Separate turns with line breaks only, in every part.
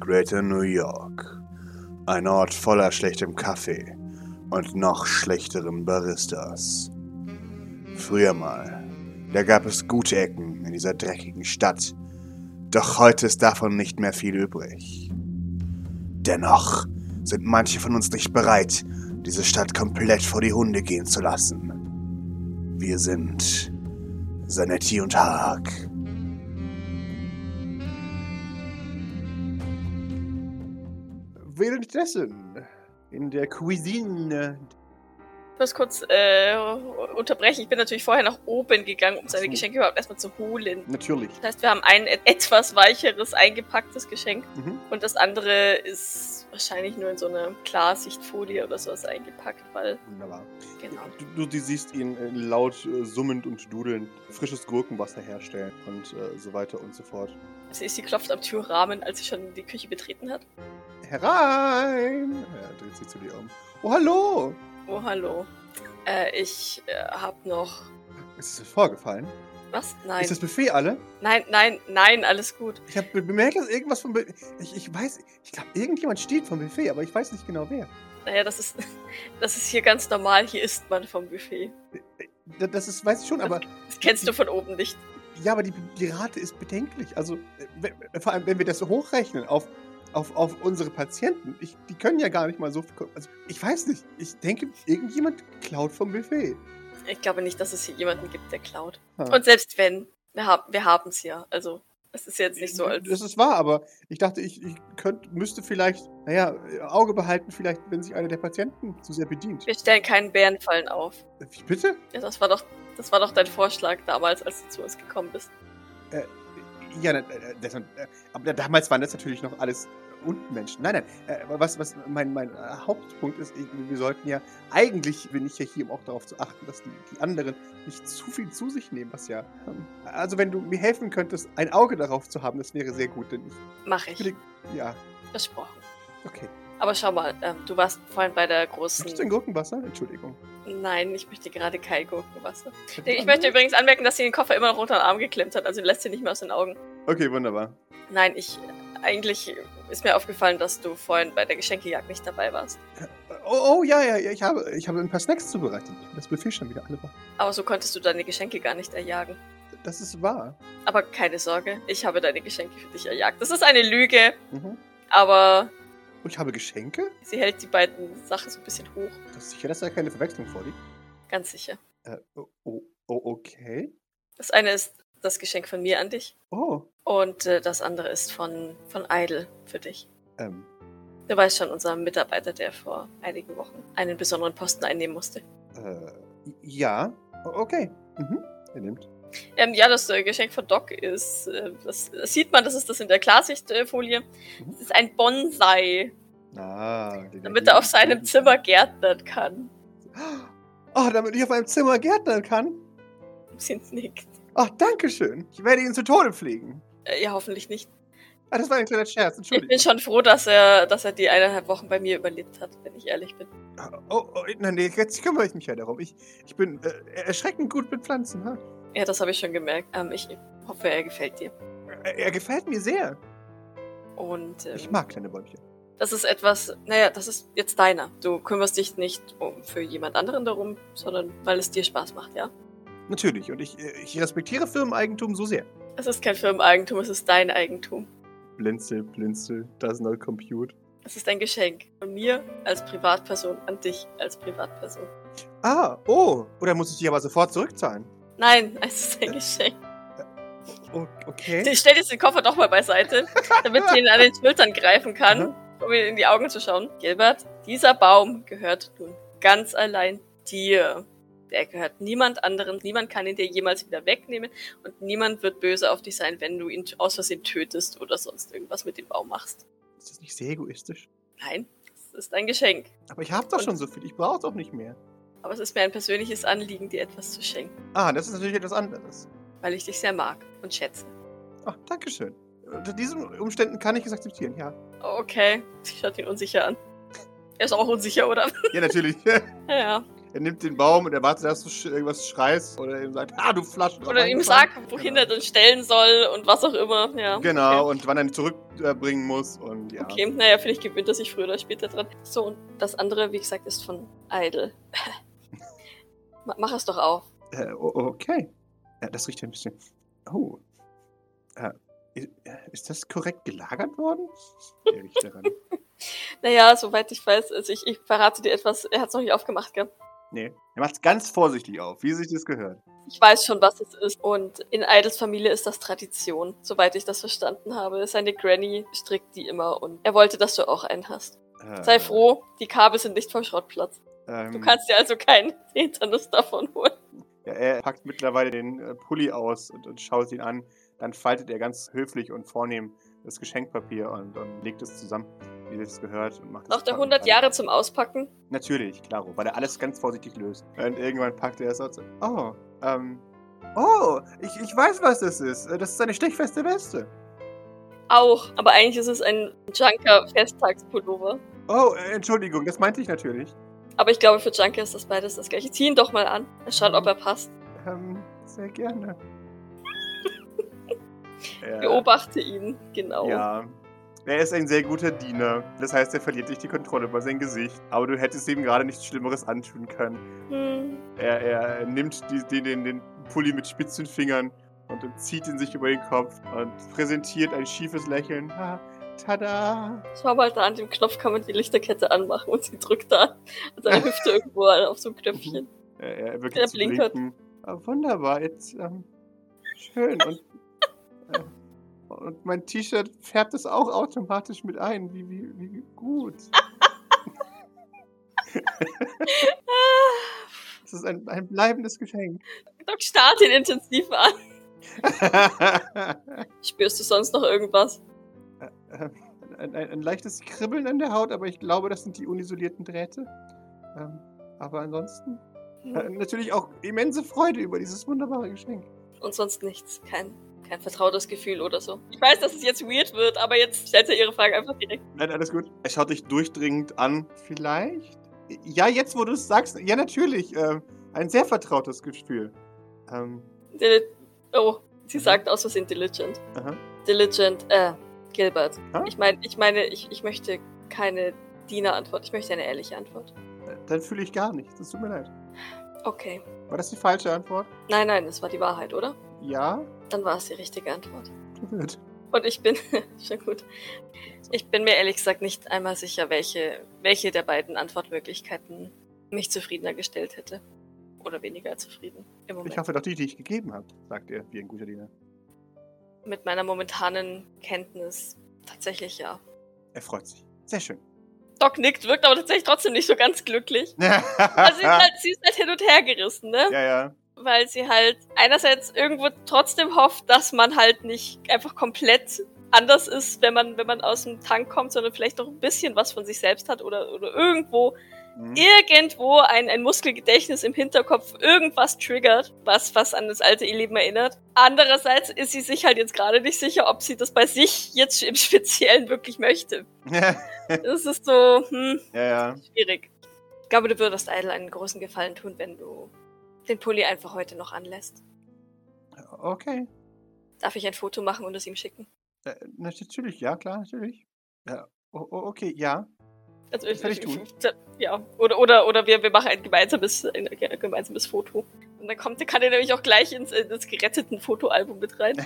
Greater New York. Ein Ort voller schlechtem Kaffee und noch schlechteren Baristas. Früher mal, da gab es gute Ecken in dieser dreckigen Stadt, doch heute ist davon nicht mehr viel übrig. Dennoch sind manche von uns nicht bereit, diese Stadt komplett vor die Hunde gehen zu lassen. Wir sind Sanetti und Haag.
Währenddessen in der Cuisine.
Ich muss kurz äh, unterbrechen. Ich bin natürlich vorher nach oben gegangen, um seine
Ach so.
Geschenke überhaupt erstmal zu holen.
Natürlich.
Das heißt, wir haben ein et- etwas weicheres eingepacktes Geschenk
Mhm.
und das andere ist wahrscheinlich nur in so eine Klarsichtfolie oder sowas eingepackt, weil
Wunderbar.
genau.
Du, du siehst ihn äh, laut äh, summend und dudelnd frisches Gurkenwasser herstellen und äh, so weiter und so fort.
Sie, sie klopft am Türrahmen, als sie schon die Küche betreten hat.
Herein! Er dreht sich zu dir um. Oh, hallo!
Oh, hallo. Äh, ich äh, hab noch.
Ist es vorgefallen?
Was? Nein.
Ist das Buffet alle?
Nein, nein, nein, alles gut.
Ich habe bemerkt, dass irgendwas vom. Bu- Ich, ich weiß, ich glaube, irgendjemand steht vom Buffet, aber ich weiß nicht genau wer.
Naja, das ist, das ist hier ganz normal. Hier isst man vom Buffet.
D- Das ist, weiß ich schon, aber
Das kennst du von oben nicht.
ja, aber die, die Rate ist bedenklich. Also, äh, wenn- vor allem, wenn wir das hochrechnen auf, auf, auf unsere Patienten, ich, die können ja gar nicht mal so viel. ko- Also, ich weiß nicht. Ich denke, irgendjemand klaut vom Buffet.
Ich glaube nicht, dass es hier jemanden gibt, der klaut.
Ha.
Und selbst wenn, wir haben wir haben's ja. Also, es ist jetzt nicht so, als.
Das ist wahr, aber ich dachte, ich, ich könnt, müsste vielleicht, naja, Auge behalten, vielleicht, wenn sich einer der Patienten zu sehr bedient. Äh,
Wir stellen keinen Bärenfallen auf.
Wie bitte?
Ja, das war doch, das war doch dein Vorschlag damals, als du zu uns gekommen bist.
Ja, na, äh, das, äh, aber da- damals waren das natürlich noch alles Unmenschen. Nein, nein, äh, was, was mein, mein äh, Hauptpunkt ist, ich- wir sollten ja eigentlich, bin ich ja hier, um auch darauf zu achten, dass die, die anderen nicht zu viel zu sich nehmen, was ja. ähm, Also, wenn du mir helfen könntest, ein Auge darauf zu haben, das wäre sehr gut, denn ich.
Mach ich.
Bitte- Ja,
Versprochen.
okay.
Aber schau mal, ähm, du warst vorhin bei der
Möchtest du ein
großen.
Gurkenwasser? Entschuldigung.
Nein, ich möchte gerade kein Gurkenwasser.
Mhm.
Ich möchte übrigens anmerken, dass sie den Koffer immer noch unter den Arm geklemmt hat, also lässt sie nicht mehr aus den Augen.
Okay, wunderbar.
Nein, ich. Eigentlich ist mir aufgefallen, dass du vorhin bei der Geschenkejagd nicht dabei warst.
Oh, oh ja, ja, ja, ich habe, ich habe ein paar Snacks zubereitet. Das Buffet schon wieder alle war.
Aber so konntest du deine Geschenke gar nicht erjagen.
Das ist wahr.
Aber keine Sorge, ich habe deine Geschenke für dich erjagt. Das ist eine Lüge,
Mhm.
aber
Und ich habe Geschenke?
sie hält die beiden Sachen so ein bisschen hoch.
Das ist sicher, dass da keine Verwechslung vorliegt.
Ganz sicher.
Äh, oh, oh, oh, okay.
Das eine ist das Geschenk von mir an dich
Oh,
und äh, das andere ist von, von Idle für dich.
ähm,
Du weißt schon, unser Mitarbeiter, der vor einigen Wochen einen besonderen Posten einnehmen musste.
äh, ja, O- okay. Mhm. Er nimmt.
Ähm, ja, das äh, Geschenk von Doc ist, äh, das, das sieht man, das ist das in der Klarsichtfolie.
Mhm.
Das ist ein Bonsai,
Ah, den
damit er auf seinem
den-
Zimmer gärtnern kann.
Oh, damit ich auf meinem Zimmer gärtnern kann?
Sie nickt.
Ach, danke schön. Ich werde ihn zu Tode pflegen.
Äh, ja, hoffentlich nicht.
Ah, das war ein kleiner Scherz,
Ich bin
Entschuldigung.
schon froh, dass er, dass er die eineinhalb Wochen bei mir überlebt hat, wenn ich ehrlich bin.
Oh, oh, nein, nee, jetzt kümmere ich mich ja darum. Ich, ich bin äh, erschreckend gut mit Pflanzen. Ha?
Ja, das habe ich schon gemerkt. Ähm, ich hoffe, er gefällt dir.
Er, er gefällt mir sehr.
Und ähm,
Ich mag kleine Bäumchen.
das ist etwas, naja, das ist jetzt deiner. Du kümmerst dich nicht um, für jemand anderen darum, sondern weil es dir Spaß macht, ja?
Natürlich, und ich, äh, ich respektiere Firmeneigentum so sehr.
Es ist kein Firmeneigentum, es ist dein Eigentum.
Blinzel, blinzel, does not compute.
Es ist ein Geschenk von mir als Privatperson an dich als Privatperson.
Ah, oh. Oder muss ich die aber sofort zurückzahlen?
Nein, es ist ein Geschenk.
O- okay.
Ich stell jetzt den Koffer doch mal beiseite, damit sie ihn an den Schultern greifen kann, um ihn in die Augen zu schauen. Gilbert, dieser Baum gehört nun ganz allein dir. Der gehört niemand anderem. Niemand kann ihn dir jemals wieder wegnehmen und niemand wird böse auf dich sein, wenn du ihn aus Versehen tötest oder sonst irgendwas mit dem Baum machst.
Ist das nicht sehr egoistisch?
Nein, es ist ein Geschenk.
Aber ich habe doch
Und-
schon so viel, ich brauche doch nicht mehr.
Aber es ist mir ein persönliches Anliegen, dir etwas zu schenken,
Ah, das ist natürlich etwas anderes.
weil ich dich sehr mag und schätze.
Ach, danke schön. Unter diesen Umständen kann ich es akzeptieren, ja.
Okay, sie schaut ihn unsicher an. Er ist auch unsicher, oder?
Ja, natürlich.
Ja, ja.
er nimmt den Baum und erwartet, dass du sch- irgendwas schreist oder ihm sagt, ah, du Flaschen.
Oder ihm sagt, wohin er denn stellen soll und was auch immer. Ja.
Genau, und wann er ihn zurückbringen muss und ja.
Okay, naja, vielleicht gewöhnt er sich früher oder später dran. So, und das andere, wie gesagt, ist von Idle. Ma- Mach es doch auf.
Äh, o- okay. Ja, das riecht ein bisschen. Oh. Äh, i- äh, ist das korrekt gelagert worden? Er riecht daran.
Naja, soweit ich weiß, also ich, ich verrate dir etwas, er hat es noch nicht aufgemacht, gell?
Nee. Er macht es ganz vorsichtig auf, wie sich das gehört.
Ich weiß schon, was es ist. Und in Idles Familie ist das Tradition, soweit ich das verstanden habe. Seine Granny strickt die immer und er wollte, dass du auch einen hast.
Äh,
Sei froh, die Kabel sind nicht vom Schrottplatz.
Ähm,
Du kannst dir also keinen Hinternis davon holen.
Ja, er packt mittlerweile den äh, Pulli aus und, und schaut ihn an. Dann faltet er ganz höflich und vornehm das Geschenkpapier und, und legt es zusammen, wie sich das gehört. Und macht es
Noch der
voll-
100 Jahre zum Auspacken.
Natürlich, klaro, weil er alles ganz vorsichtig löst. Und irgendwann packt er es aus. Oh, ähm. Oh, ich, ich weiß, was das ist. Das ist eine stichfeste Weste.
Auch, aber eigentlich ist es ein Junker-Festtagspullover.
Oh, äh, Entschuldigung, das meinte ich natürlich.
Aber ich glaube, für Junker ist das beides das gleiche. Zieh ihn doch mal an. Er schaut, ob er passt.
Ähm, sehr gerne. Ja.
Beobachte ihn, genau.
Ja. Er ist ein sehr guter Diener. Das heißt, er verliert nicht die Kontrolle über sein Gesicht. Aber du hättest ihm gerade nichts Schlimmeres antun können.
Hm.
Er, er nimmt die, den, den, den Pulli mit spitzen Fingern und zieht ihn sich über den Kopf und präsentiert ein schiefes Lächeln. Ha, tada!
Schau mal da an dem Knopf, kann man die Lichterkette anmachen und sie drückt da an seiner Hüfte irgendwo an, auf so ein Knöpfchen.
Er, er
Er
wirklich zu
blinkert.
blinken. Ah, wunderbar, jetzt ähm, schön. Und, äh, und mein T-Shirt färbt es auch automatisch mit ein. Wie, wie, wie gut.
Ah.
Es ist ein, ein bleibendes Geschenk.
Ah. Doc starrt ihn intensiv an. Spürst du sonst noch irgendwas?
Ähm, ein, ein, ein leichtes Kribbeln an der Haut, aber ich glaube, das sind die unisolierten Drähte. Ähm, aber ansonsten äh,
Hm.
natürlich auch immense Freude über dieses wunderbare Geschenk.
Und sonst nichts. Kein, kein vertrautes Gefühl oder so. Ich weiß, dass es jetzt weird wird, aber jetzt stellt er ihre Frage einfach direkt.
Nein, alles gut. Er schaut dich durchdringend an. Vielleicht? Ja, jetzt, wo du es sagst. Ja, natürlich. Ähm, ein sehr vertrautes Gefühl. Ähm,
Dili oh, sie sagt aus Versehen diligent.
Mhm. aha.
Diligent, äh, Gilbert.
Hä?
Ich meine, ich meine, ich, ich möchte keine Diener-Antwort, ich möchte eine ehrliche Antwort.
Äh, Dann fühle ich gar nichts. Es tut mir leid.
Okay.
War das die falsche Antwort?
Nein, nein, das war die Wahrheit, oder?
Ja?
Dann war es die richtige Antwort.
Du wird.
Und ich bin, schon gut, ich bin mir ehrlich gesagt nicht einmal sicher, welche, welche der beiden Antwortmöglichkeiten mich zufriedener gestellt hätte. Oder weniger zufrieden. Im Moment.
Ich hoffe doch die, die ich gegeben habe, sagt er, wie ein guter Diener.
Mit meiner momentanen Kenntnis tatsächlich ja.
Er freut sich. Sehr schön.
Doc nickt, wirkt aber tatsächlich trotzdem nicht so ganz glücklich. Also sie ist halt, sie ist halt hin und her gerissen, ne?
ja, ja.
weil sie halt einerseits irgendwo trotzdem hofft, dass man halt nicht einfach komplett anders ist, wenn man, wenn man aus dem Tank kommt, sondern vielleicht noch ein bisschen was von sich selbst hat oder, oder irgendwo,
Mhm.
irgendwo ein, ein Muskelgedächtnis im Hinterkopf irgendwas triggert, was, was an das alte Leben erinnert. Andererseits ist sie sich halt jetzt gerade nicht sicher, ob sie das bei sich jetzt im Speziellen wirklich möchte.
ja,
Das ist so, hm,
ja.
schwierig. Ich glaube, du würdest Idle einen großen Gefallen tun, wenn du den Pulli einfach heute noch anlässt.
Okay.
Darf ich ein Foto machen und es ihm schicken?
Äh, na, natürlich, ja, klar, natürlich. Ja. Oh, oh, okay, ja.
Also,
Das werde ich tun.
Ja, oder, oder, oder wir, wir machen ein gemeinsames, ein gemeinsames Foto. Und dann kommt, kann er nämlich auch gleich ins, ins geretteten Fotoalbum mit rein.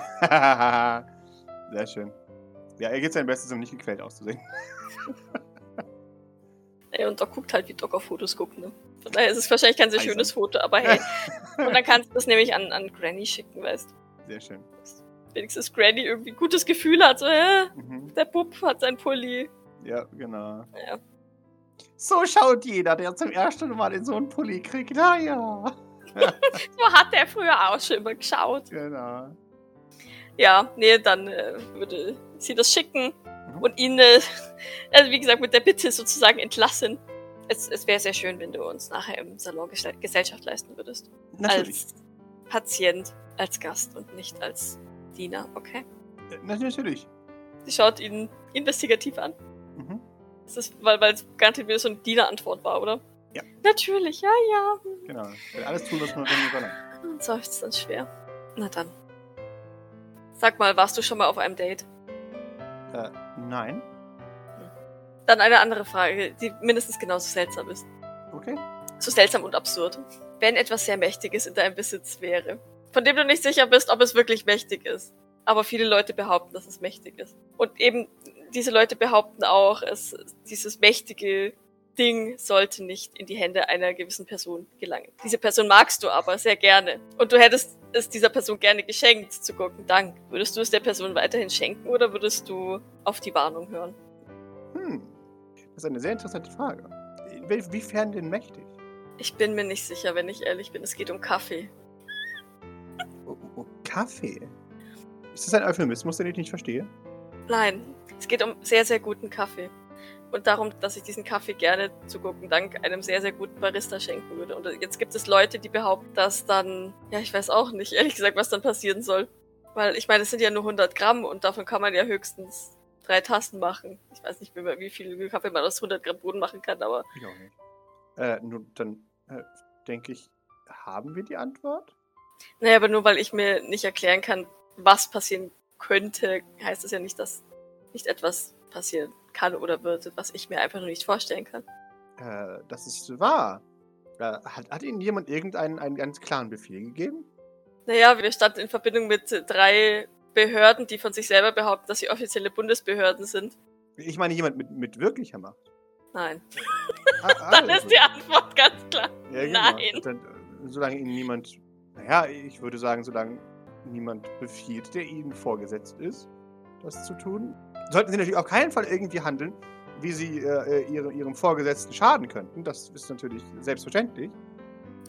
Sehr schön. Ja, er gibt sein Bestes, um nicht gequält auszusehen.
Ey, und Doc guckt halt, wie Doc auf Fotos guckt, ne? Von daher ist es wahrscheinlich kein sehr
Eisern.
schönes Foto, aber hey. Und dann kannst du das nämlich an, an Granny schicken, weißt du.
Sehr schön.
Wenigstens Granny irgendwie ein gutes Gefühl hat, so, hä?
Mhm.
Der Bub hat sein Pulli.
Ja, genau.
Ja.
So schaut jeder, der zum ersten Mal in so einen Pulli kriegt. Na ja.
So hat der früher auch schon immer geschaut.
Genau.
Ja, nee, dann äh, würde sie das schicken
Mhm.
und ihn, äh, also wie gesagt, mit der Bitte sozusagen entlassen. Es, es wäre sehr schön, wenn du uns nachher im Salon Gesell- Gesellschaft leisten würdest.
Natürlich.
Als Patient, als Gast und nicht als Diener, okay?
Äh, na- natürlich.
Sie schaut ihn investigativ an.
Mhm.
Das ist, weil, weil es garantiert wieder so eine Dienerantwort war, oder?
Ja.
Natürlich, ja, ja.
Genau. Ich will alles tun, was man von mir verlangt.
Und seufzt dann schwer. Na dann. Sag mal, warst du schon mal auf einem Date?
Äh, nein.
Dann eine andere Frage, die mindestens genauso seltsam ist.
Okay.
So seltsam und absurd. Wenn etwas sehr Mächtiges in deinem Besitz wäre, von dem du nicht sicher bist, ob es wirklich mächtig ist. Aber viele Leute behaupten, dass es mächtig ist. Und eben diese Leute behaupten auch, es, dieses mächtige Ding sollte nicht in die Hände einer gewissen Person gelangen. Diese Person magst du aber sehr gerne. Und du hättest es dieser Person gerne geschenkt, zu gucken, Dank. Würdest du es der Person weiterhin schenken oder würdest du auf die Warnung hören?
Hm. Das ist eine sehr interessante Frage. Wel- Wiefern denn mächtig?
Ich bin mir nicht sicher, wenn ich ehrlich bin. Es geht um Kaffee.
Oh, oh, oh, Kaffee? Ist das ein Euphemismus, den ich nicht verstehe?
Nein, es geht um sehr, sehr guten Kaffee. Und darum, dass ich diesen Kaffee gerne zu gucken Dank einem sehr, sehr guten Barista schenken würde. Und jetzt gibt es Leute, die behaupten, dass dann, ja, ich weiß auch nicht, ehrlich gesagt, was dann passieren soll. Weil ich meine, es sind ja nur 100 Gramm und davon kann man ja höchstens drei Tassen machen. Ich weiß nicht, wie wie viel Kaffee man aus 100 Gramm Boden machen kann, aber
Ich auch nicht. Äh, nun, dann äh, denke ich, haben wir die Antwort?
Naja, aber nur weil ich mir nicht erklären kann, was passieren könnte, heißt es ja nicht, dass nicht etwas passieren kann oder wird, was ich mir einfach nur nicht vorstellen kann.
Äh, das ist wahr. Äh, hat, hat Ihnen jemand irgendeinen einen ganz klaren Befehl gegeben?
Naja, wir standen in Verbindung mit drei Behörden, die von sich selber behaupten, dass sie offizielle Bundesbehörden sind.
Ich meine, jemand mit, mit wirklicher Macht.
Nein.
Ah,
Dann
also.
ist die Antwort ganz klar.
Ja,
Nein.
Dann, äh, solange Ihnen niemand, naja, ich würde sagen, solange niemand befiehlt, der Ihnen vorgesetzt ist, das zu tun, sollten Sie natürlich auf keinen Fall irgendwie handeln, wie Sie äh, äh, ihre, Ihrem Vorgesetzten schaden könnten. Das ist natürlich selbstverständlich.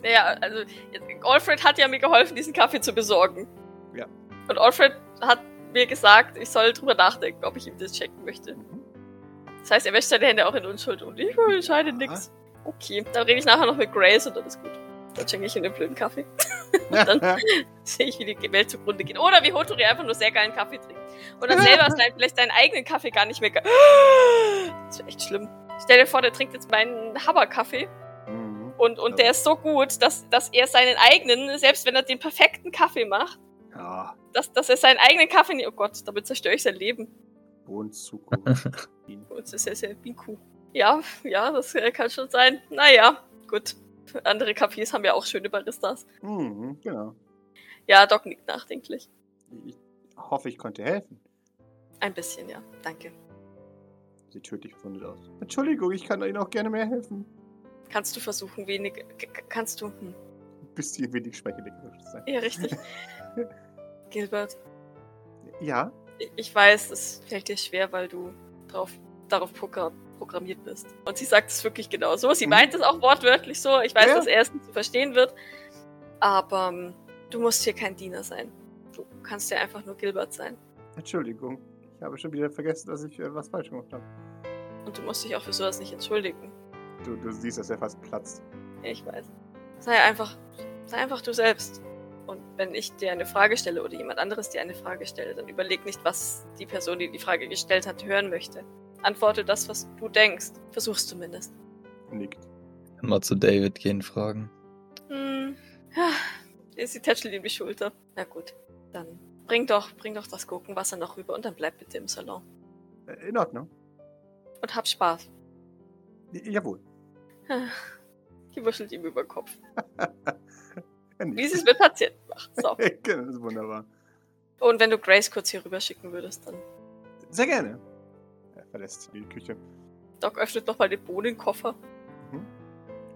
Naja, also Alfred hat ja mir geholfen, diesen Kaffee zu besorgen.
Ja.
Und Alfred hat mir gesagt, ich soll drüber nachdenken, ob ich ihm das checken möchte.
Mhm.
Das heißt, er wäscht seine Hände auch in Unschuld und ich entscheide
Ja.
nix. Okay, dann rede ich nachher noch mit Grace und dann ist gut. Dann schenke ich ihm den blöden Kaffee. Sehe ich, wie die Welt zugrunde geht. Oder wie Hotori einfach nur sehr geilen Kaffee trinkt. Und dann selber sein, vielleicht seinen eigenen Kaffee gar nicht mehr. ge- Das wäre echt schlimm. Stell dir vor, der trinkt jetzt meinen Haber-Kaffee
Mhm.
und, und der ist so gut, dass, dass er seinen eigenen, selbst wenn er den perfekten Kaffee macht,
ja,
dass, dass er seinen eigenen Kaffee nie- Oh Gott, damit zerstöre ich sein Leben.
Wohnzukunft.
Und das ist ja sehr Binku. Ja, ja, das äh, kann schon sein. Naja, gut. Andere Cafés haben ja auch schöne Baristas.
mhm, genau.
Ja, Doc nickt nachdenklich.
Ich hoffe, ich konnte helfen.
Ein bisschen, ja. Danke.
Sieht tödlich verwundet aus. Entschuldigung, ich kann Ihnen auch gerne mehr helfen.
Kannst du versuchen, wenig. k- k- Kannst du. Hm.
Bist ihr wenig schwächelig möchte sein?
Ja, richtig. Gilbert,
Ja,
ich- ich weiß, es fällt dir schwer, weil du drauf, darauf poker- programmiert bist. Und sie sagt es wirklich genau so. Sie
Mhm.
meint es auch wortwörtlich so. Ich weiß,
Ja.
dass er es nicht zu verstehen wird. Aber ähm, du musst hier kein Diener sein. Du kannst ja einfach nur Gilbert sein.
Entschuldigung. Ich habe schon wieder vergessen, dass ich äh, was falsch gemacht habe.
Und du musst dich auch für sowas nicht entschuldigen.
Du, du siehst, dass er fast platzt.
Ja, ich weiß. Sei einfach, sei einfach du selbst. Und wenn ich dir eine Frage stelle oder jemand anderes dir eine Frage stelle, dann überleg nicht, was die Person, die die Frage gestellt hat, hören möchte. Antworte das, was du denkst. Versuch's zumindest.
Nickt.
Mal zu David gehen fragen.
Hm. Ja, Sie tätschelt ihm die Schulter. Na gut, dann bring doch, bring doch das Gurkenwasser noch rüber und dann bleib bitte im Salon.
Äh, in Ordnung.
Und hab Spaß.
J jawohl.
Die wuschelt ihm über den Kopf.
Er
Wie
nickt.
sie es mit Patienten macht. So.
Genau, das ist wunderbar.
Und wenn du Grace kurz hier rüber schicken würdest, dann.
Sehr gerne. Er verlässt die Küche.
Doc öffnet nochmal den Bohnenkoffer.
Mhm.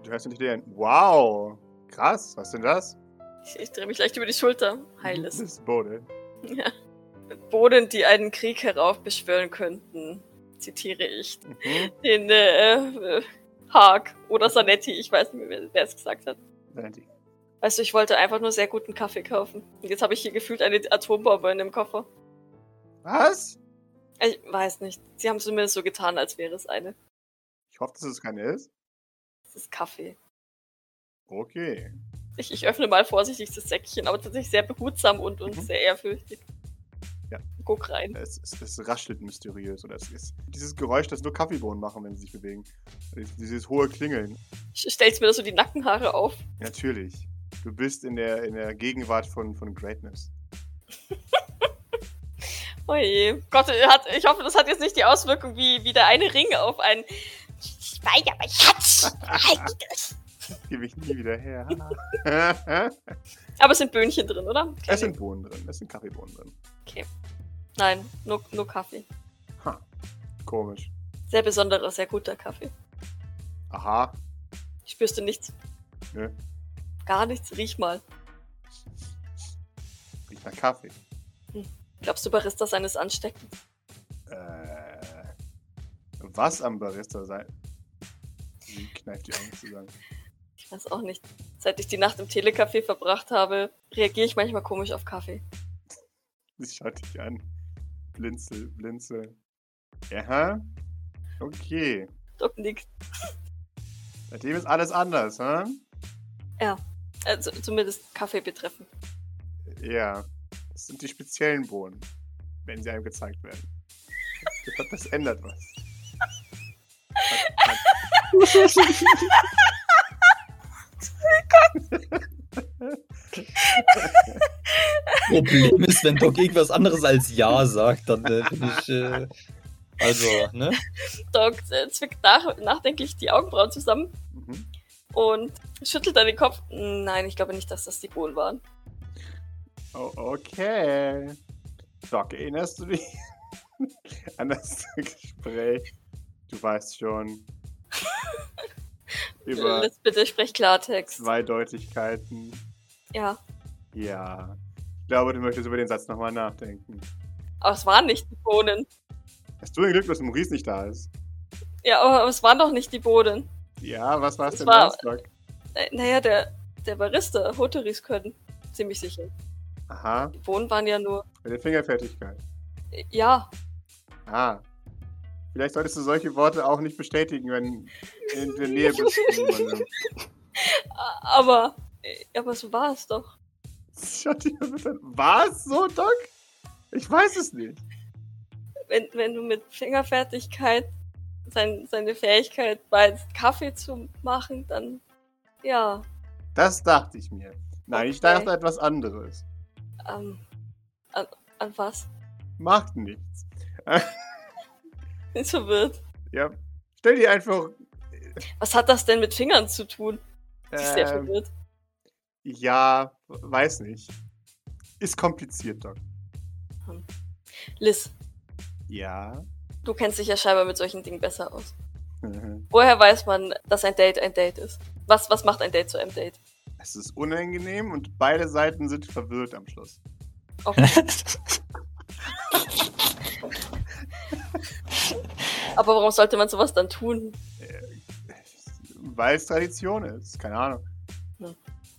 Du hörst hinter dir ein Wow. Krass, was denn das?
Ich, ich drehe mich leicht über die Schulter. Heiles.
Das ist Bode.
Ja. Boden, die einen Krieg heraufbeschwören könnten, zitiere ich
Mhm.
den äh, äh, Haag oder Sanetti, ich weiß nicht mehr, wer es gesagt hat.
Valentin.
Weißt du, ich wollte einfach nur sehr guten Kaffee kaufen. Und jetzt habe ich hier gefühlt eine Atombombe in dem Koffer.
Was?
Ich weiß nicht. Sie haben zumindest so getan, als wäre es eine.
Ich hoffe, dass es keine ist.
Es ist Kaffee.
Okay.
Ich, ich öffne mal vorsichtig das Säckchen, aber tatsächlich sehr behutsam und, und
Mhm.
sehr ehrfürchtig. Guck rein.
Es, es, es raschelt mysteriös. Oder es ist dieses Geräusch, das nur Kaffeebohnen machen, wenn sie sich bewegen. Dieses, dieses hohe Klingeln.
Ich stell's mir da so die Nackenhaare auf.
Natürlich. Du bist in der, in der Gegenwart von, von Greatness.
Oh je. Gott, hat, ich hoffe, das hat jetzt nicht die Auswirkung wie, wie der eine Ring auf einen. Ich weigere mich, Schatz! Heiliges.
Gebe ich nie wieder her.
Aber es sind Böhnchen drin, oder?
es sind Bohnen drin. Es sind Kaffeebohnen drin.
Nein, nur, nur Kaffee.
Komisch.
Sehr besonderer, sehr guter Kaffee.
Aha.
Ich spürste nichts.
Nö.
Gar nichts. Riech mal.
Riecht nach Kaffee.
Glaubst du, Barista sein ist ansteckend?
Äh, was am Barista sein? Sie kneift die Augen zusammen.
Ich weiß auch nicht. Seit ich die Nacht im Telecafé verbracht habe, reagiere ich manchmal komisch auf Kaffee.
Sie schaut dich an. Blinzel, blinzel. Aha. Okay.
Doc nickt.
Seitdem ist alles anders, hä?
Also zumindest Kaffee betreffen.
Ja. Das sind die speziellen Bohnen, wenn sie einem gezeigt werden. Ich glaub, das ändert was. Hat, hat,
Problem ist, wenn Doc irgendwas anderes als Ja sagt, dann äh, bin ich. Äh, also, ne?
Doc äh, zwickt nach, nachdenklich die Augenbrauen zusammen
mhm.
und schüttelt dann den Kopf. Nein, ich glaube nicht, dass das die Bohnen waren.
Oh, okay. Doc, erinnerst du dich an das Gespräch? Du weißt schon. Über
Liz, bitte sprich Klartext.
Zweideutigkeiten.
Ja.
Ja. Ich glaube, du möchtest über den Satz nochmal nachdenken.
Aber es waren nicht die Bohnen.
Hast du ein Glück, dass Maurice nicht da ist?
Ja, aber es waren doch nicht die Bohnen.
Ja, was war's
Es
denn
war-
los, Doc?
Äh, Naja, der, der Barista, Hoteris können. Ziemlich sicher.
Aha,
Die Bohnen waren ja nur.
mit der Fingerfertigkeit.
Äh, Ja,
Ah. Vielleicht solltest du solche Worte auch nicht bestätigen, wenn du in der Nähe bist. von jemandem.
a- aber. äh, Aber so war es doch.
Schaut dich mal bitte an. War es so, Doc? Ich weiß es nicht.
Wenn, wenn du mit Fingerfertigkeit sein, seine Fähigkeit meinst, Kaffee zu machen, dann. Ja.
Das dachte ich mir. Nein, ich
Okay.
dachte etwas anderes.
Ähm, an, an was?
Macht nichts.
Bin so verwirrt.
Ja. Stell dir einfach.
Was hat das denn mit Fingern zu tun? Sie ist sehr
Ähm,
verwirrt.
ja, weiß nicht. Ist kompliziert, Doc.
Liz,
Ja.
du kennst dich ja scheinbar mit solchen Dingen besser aus.
Mhm.
Woher weiß man, dass ein Date ein Date ist? Was, was macht ein Date zu einem Date?
Es ist unangenehm und beide Seiten sind verwirrt am Schluss.
Aber warum sollte man sowas dann tun?
Weil es Tradition ist. Keine Ahnung.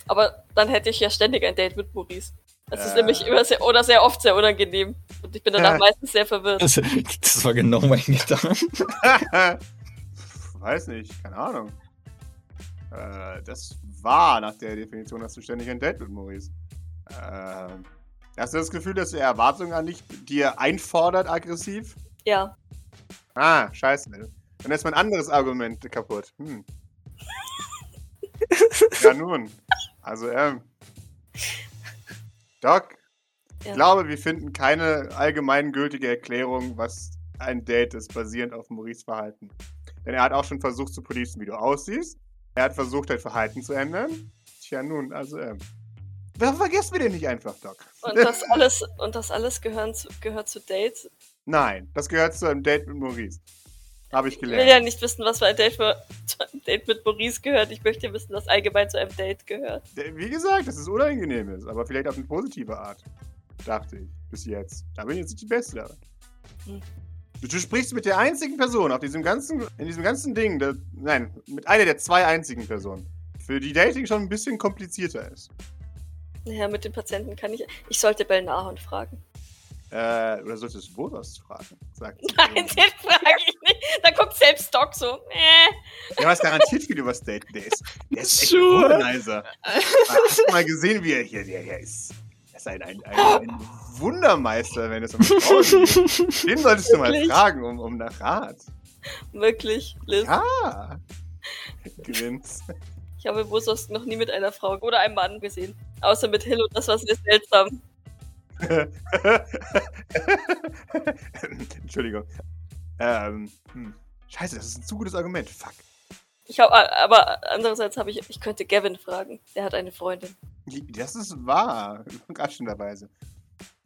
Aber dann hätte ich ja ständig ein Date mit Maurice. Das ist
Äh.
nämlich immer sehr, oder sehr oft sehr unangenehm. Und ich bin danach
Äh.
meistens sehr verwirrt.
Das, das war genau mein Gedanke.
Weiß nicht. Keine Ahnung. Äh, das war nach der Definition das ständig ein Date mit Maurice. Äh, hast du das Gefühl, dass er Erwartungen an dich dir einfordert aggressiv?
Ja.
Ah, scheiße. Dann ist mein anderes Argument kaputt. Hm. ja, nun. Also, ähm. Doc,
Ja.
ich glaube, wir finden keine allgemeingültige Erklärung, was ein Date ist, basierend auf Maurice' Verhalten. Denn er hat auch schon versucht zu policen, wie du aussiehst. Er hat versucht, dein Verhalten zu ändern. Tja, nun, also, ähm. Warum vergessen wir den nicht einfach, Doc?
Und das alles, und das alles gehören zu, gehört zu Dates.
Nein, das gehört zu einem Date mit Maurice. Habe ich
Ich
gelernt.
will ja nicht wissen, was für ein Date, für, zu einem Date mit Maurice gehört. Ich möchte wissen, was allgemein zu einem Date gehört.
Äh, Wie gesagt, dass es unangenehm ist, aber vielleicht auf eine positive Art. Dachte ich, bis jetzt. Da bin ich jetzt nicht die Beste darin.
Hm.
Du, du sprichst mit der einzigen Person auf diesem ganzen, in diesem ganzen Ding, der, nein, mit einer der zwei einzigen Personen, für die Dating schon ein bisschen komplizierter ist.
Naja, mit den Patienten kann ich. Ich sollte Belnahon fragen.
Äh, oder solltest du Boros fragen? Sagt sie.
Nein, den frage ich nicht. Da guckt selbst Doc so. Äh.
Der weiß garantiert viel über Dating. Der ist, der ist echt ein
Sure.
Organizer. Hast du mal gesehen, wie er hier, der, der ist. ist ein, ein, ein, ein Wundermeister, wenn es um Frauen geht. Den solltest du mal
Wirklich?
fragen, um, um nach Rat.
Wirklich, Liz.
Ja. Gewinnt.
Ich habe Bosos noch nie mit einer Frau oder einem Mann gesehen. Außer mit Hill und das war sehr seltsam.
Entschuldigung. Ähm, hm. Scheiße, das ist ein zu gutes Argument. Fuck.
Ich hab, aber andererseits habe ich, ich könnte Gavin fragen. Der hat eine Freundin.
Das ist wahr. Überraschenderweise.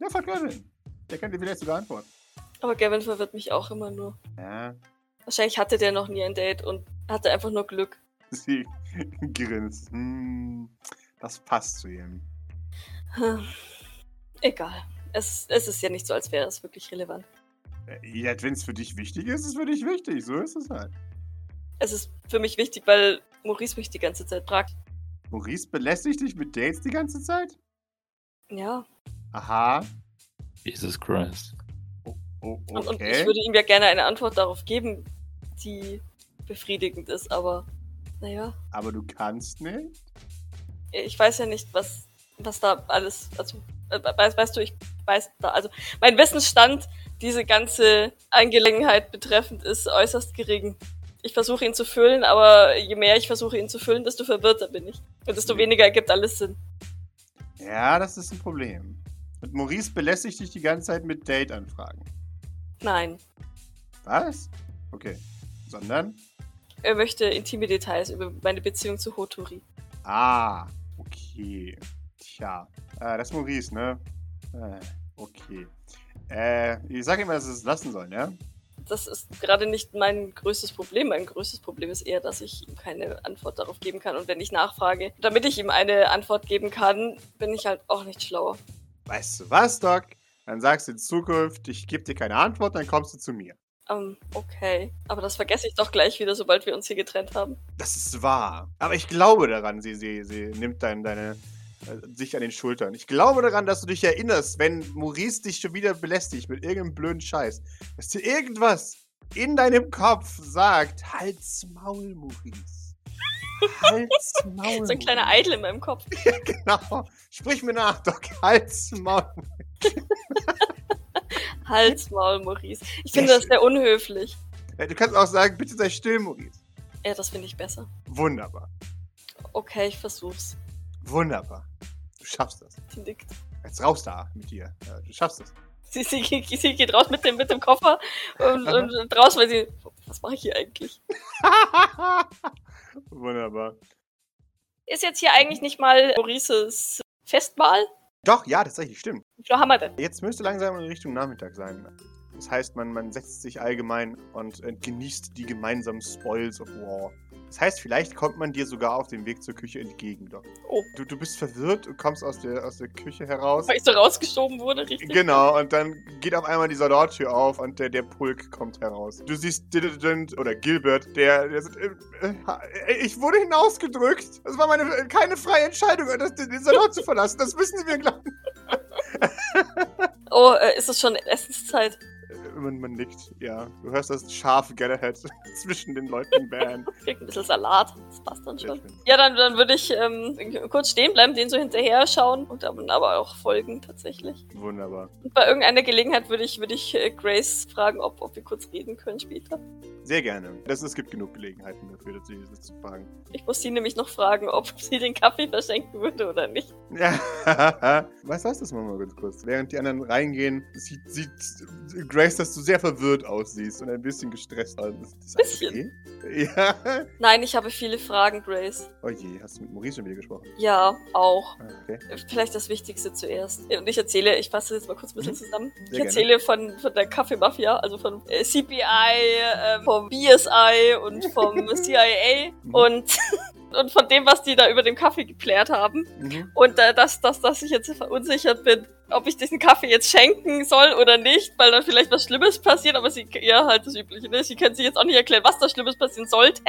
Ja, frag Gavin. Der kann dir vielleicht sogar antworten.
Aber Gavin verwirrt mich auch immer nur.
Ja.
Wahrscheinlich hatte der noch nie ein Date und hatte einfach nur Glück.
Sie grinst. Hm, das passt zu ihm.
Hm. Egal. Es, es ist ja nicht so, als wäre es wirklich relevant.
Ja, wenn es für dich wichtig ist, ist es für dich wichtig. So ist es halt.
Es ist für mich wichtig, weil Maurice mich die ganze Zeit fragt.
Maurice belästigt dich mit Dates die ganze Zeit?
Ja.
Aha.
Jesus Christ.
Oh, okay.
Und, und ich würde ihm ja gerne eine Antwort darauf geben, die befriedigend ist, aber naja.
Aber du kannst nicht?
ich weiß ja nicht, was, was da alles, also, äh, weißt, weißt du, ich weiß da, also, mein Wissensstand, diese ganze Angelegenheit betreffend, ist äußerst gering. Ich versuche ihn zu füllen, aber je mehr ich versuche ihn zu füllen, desto verwirrter bin ich. Und desto weniger ergibt alles Sinn.
Ja, das ist ein Problem. Und Maurice belästigt dich die ganze Zeit mit Date-Anfragen.
Nein.
Was? Okay. Sondern?
Er möchte intime Details über meine Beziehung zu Hotori.
Ah, okay. Tja. Äh, das ist Maurice, ne? Äh, okay. Äh, ich sag ihm, dass wir es lassen ne? sollen, ja?
Das ist gerade nicht mein größtes Problem. Mein größtes Problem ist eher, dass ich ihm keine Antwort darauf geben kann. Und wenn ich nachfrage, damit ich ihm eine Antwort geben kann, bin ich halt auch nicht schlauer.
Weißt du was, Doc? Dann sagst du in Zukunft, ich gebe dir keine Antwort, dann kommst du zu mir.
Ähm, okay. Aber das vergesse ich doch gleich wieder, sobald wir uns hier getrennt haben.
Das ist wahr. Aber ich glaube daran, sie, sie, sie nimmt dein, deine äh, sich an den Schultern. Ich glaube daran, dass du dich erinnerst, wenn Maurice dich schon wieder belästigt mit irgendeinem blöden Scheiß, dass dir irgendwas in deinem Kopf sagt, halt's Maul, Maurice. Halt's Maul.
So ein kleiner
Maurice."
Eitel in meinem Kopf.
Genau. Sprich mir nach, Doc. Halt's Maul.
Halt's Maul, Maurice. Ich finde das sehr unhöflich.
Ja, Du kannst auch sagen, bitte sei still, Maurice.
Ja, das finde ich besser.
Wunderbar.
Okay, ich versuch's.
Wunderbar. Du schaffst das.
Sie nickt.
Jetzt raus da mit dir. Ja, Du schaffst das.
Sie, sie, sie geht raus mit dem, mit dem Koffer und, und raus, weil sie. Was mache ich hier eigentlich?
Wunderbar.
Ist jetzt hier eigentlich nicht mal Maurices Festmahl?
Doch, ja, tatsächlich, stimmt.
Wie viel haben wir denn?
Jetzt müsste langsam in Richtung Nachmittag sein. Das heißt, man, man setzt sich allgemein und äh, genießt die gemeinsamen Spoils of War. Das heißt, vielleicht kommt man dir sogar auf dem Weg zur Küche entgegen, Doc.
Oh.
Du, du bist verwirrt und kommst aus der, aus der Küche heraus.
Weil ich so rausgeschoben wurde, richtig?
Genau, und dann geht auf einmal die Salortür auf und der, der Pulk kommt heraus. Du siehst Diligent oder Gilbert, der, der sagt, äh, äh, ich wurde hinausgedrückt. Das war meine, keine freie Entscheidung, das, den Salon zu verlassen. Das müssen Sie mir glauben.
Oh, äh, ist es schon Essenszeit?
Äh, Man, man nickt, ja. Du hörst das scharfe Galahad zwischen den Leuten bären.
Kriegt ein bisschen Salat. Das passt dann schon. Ja, dann, dann würde ich ähm, kurz stehen bleiben, den so hinterher schauen und dann aber auch folgen tatsächlich.
Wunderbar.
Und bei irgendeiner Gelegenheit würde ich, würde ich äh, Grace fragen, ob, ob wir kurz reden können später.
Sehr gerne. Das, es gibt genug Gelegenheiten dafür, das zu das zu fragen.
Ich muss sie nämlich noch fragen, ob sie den Kaffee verschenken würde oder nicht.
Ja. Was heißt das mal ganz kurz? Während die anderen reingehen, sieht, sieht Grace, dass du sehr verwirrt aussiehst und ein bisschen gestresst aus. Ist das alles
Bisschen.
Okay? Ja.
Nein, ich habe viele Fragen, Grace.
Oh je, hast du mit Maurice schon wieder gesprochen?
Ja, auch.
Ah, Okay.
Vielleicht das Wichtigste zuerst. Und ich erzähle, ich fasse jetzt mal kurz ein bisschen zusammen. Ich
gerne.
erzähle von, von der Kaffeemafia, also von äh, CPI, äh, vom BSI und vom CIA
Mhm.
und, und von dem, was die da über den Kaffee geplärt haben.
Mhm.
Und äh, dass, dass, dass ich jetzt verunsichert bin, ob ich diesen Kaffee jetzt schenken soll oder nicht, weil dann vielleicht was Schlimmes passiert, aber sie, ja, halt das Übliche, ne? Sie können sich jetzt auch nicht erklären, was da Schlimmes passieren sollte.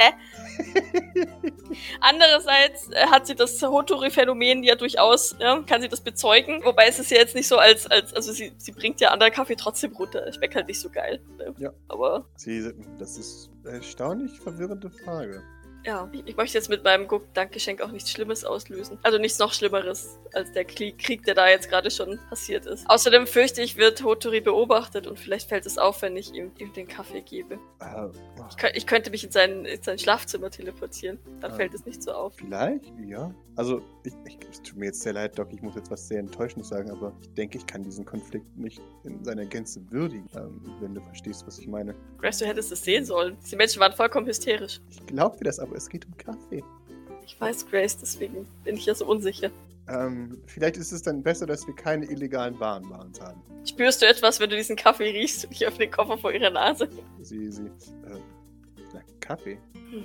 Andererseits äh, hat sie das Hotori-Phänomen ja durchaus, ja, kann sie das bezeugen, wobei es ist ja jetzt nicht so als, als also sie, sie bringt ja anderen Kaffee trotzdem runter, schmeckt halt nicht so geil. Ne?
Ja.
Aber
Sie, das ist eine erstaunlich verwirrende Frage.
Ja, ich, ich möchte jetzt mit meinem Dankgeschenk auch nichts Schlimmes auslösen. Also nichts noch Schlimmeres als der Krieg, Krieg der da jetzt gerade schon passiert ist. Außerdem fürchte ich, wird Hotori beobachtet und vielleicht fällt es auf, wenn ich ihm, ihm den Kaffee gebe.
Äh,
Ich, kö- ich könnte mich in sein, in sein Schlafzimmer teleportieren. Dann
Ah.
fällt es nicht so auf.
vielleicht, ja. Also, ich, ich, es tut mir jetzt sehr leid, Doc, ich muss jetzt was sehr Enttäuschendes sagen, aber ich denke, ich kann diesen Konflikt nicht in seiner Gänze würdigen, ähm, wenn du verstehst, was ich meine.
Grace, du hättest es sehen sollen. Diese Menschen waren vollkommen hysterisch.
Ich glaube dir das, aber es geht um Kaffee.
Ich weiß, Grace, deswegen bin ich ja so unsicher.
Ähm, vielleicht ist es dann besser, dass wir keine illegalen Waren bei uns haben.
Spürst du etwas, wenn du diesen Kaffee riechst und ich öffne den Koffer vor ihrer Nase?
Sie, sie, äh, na, Kaffee?
Hm.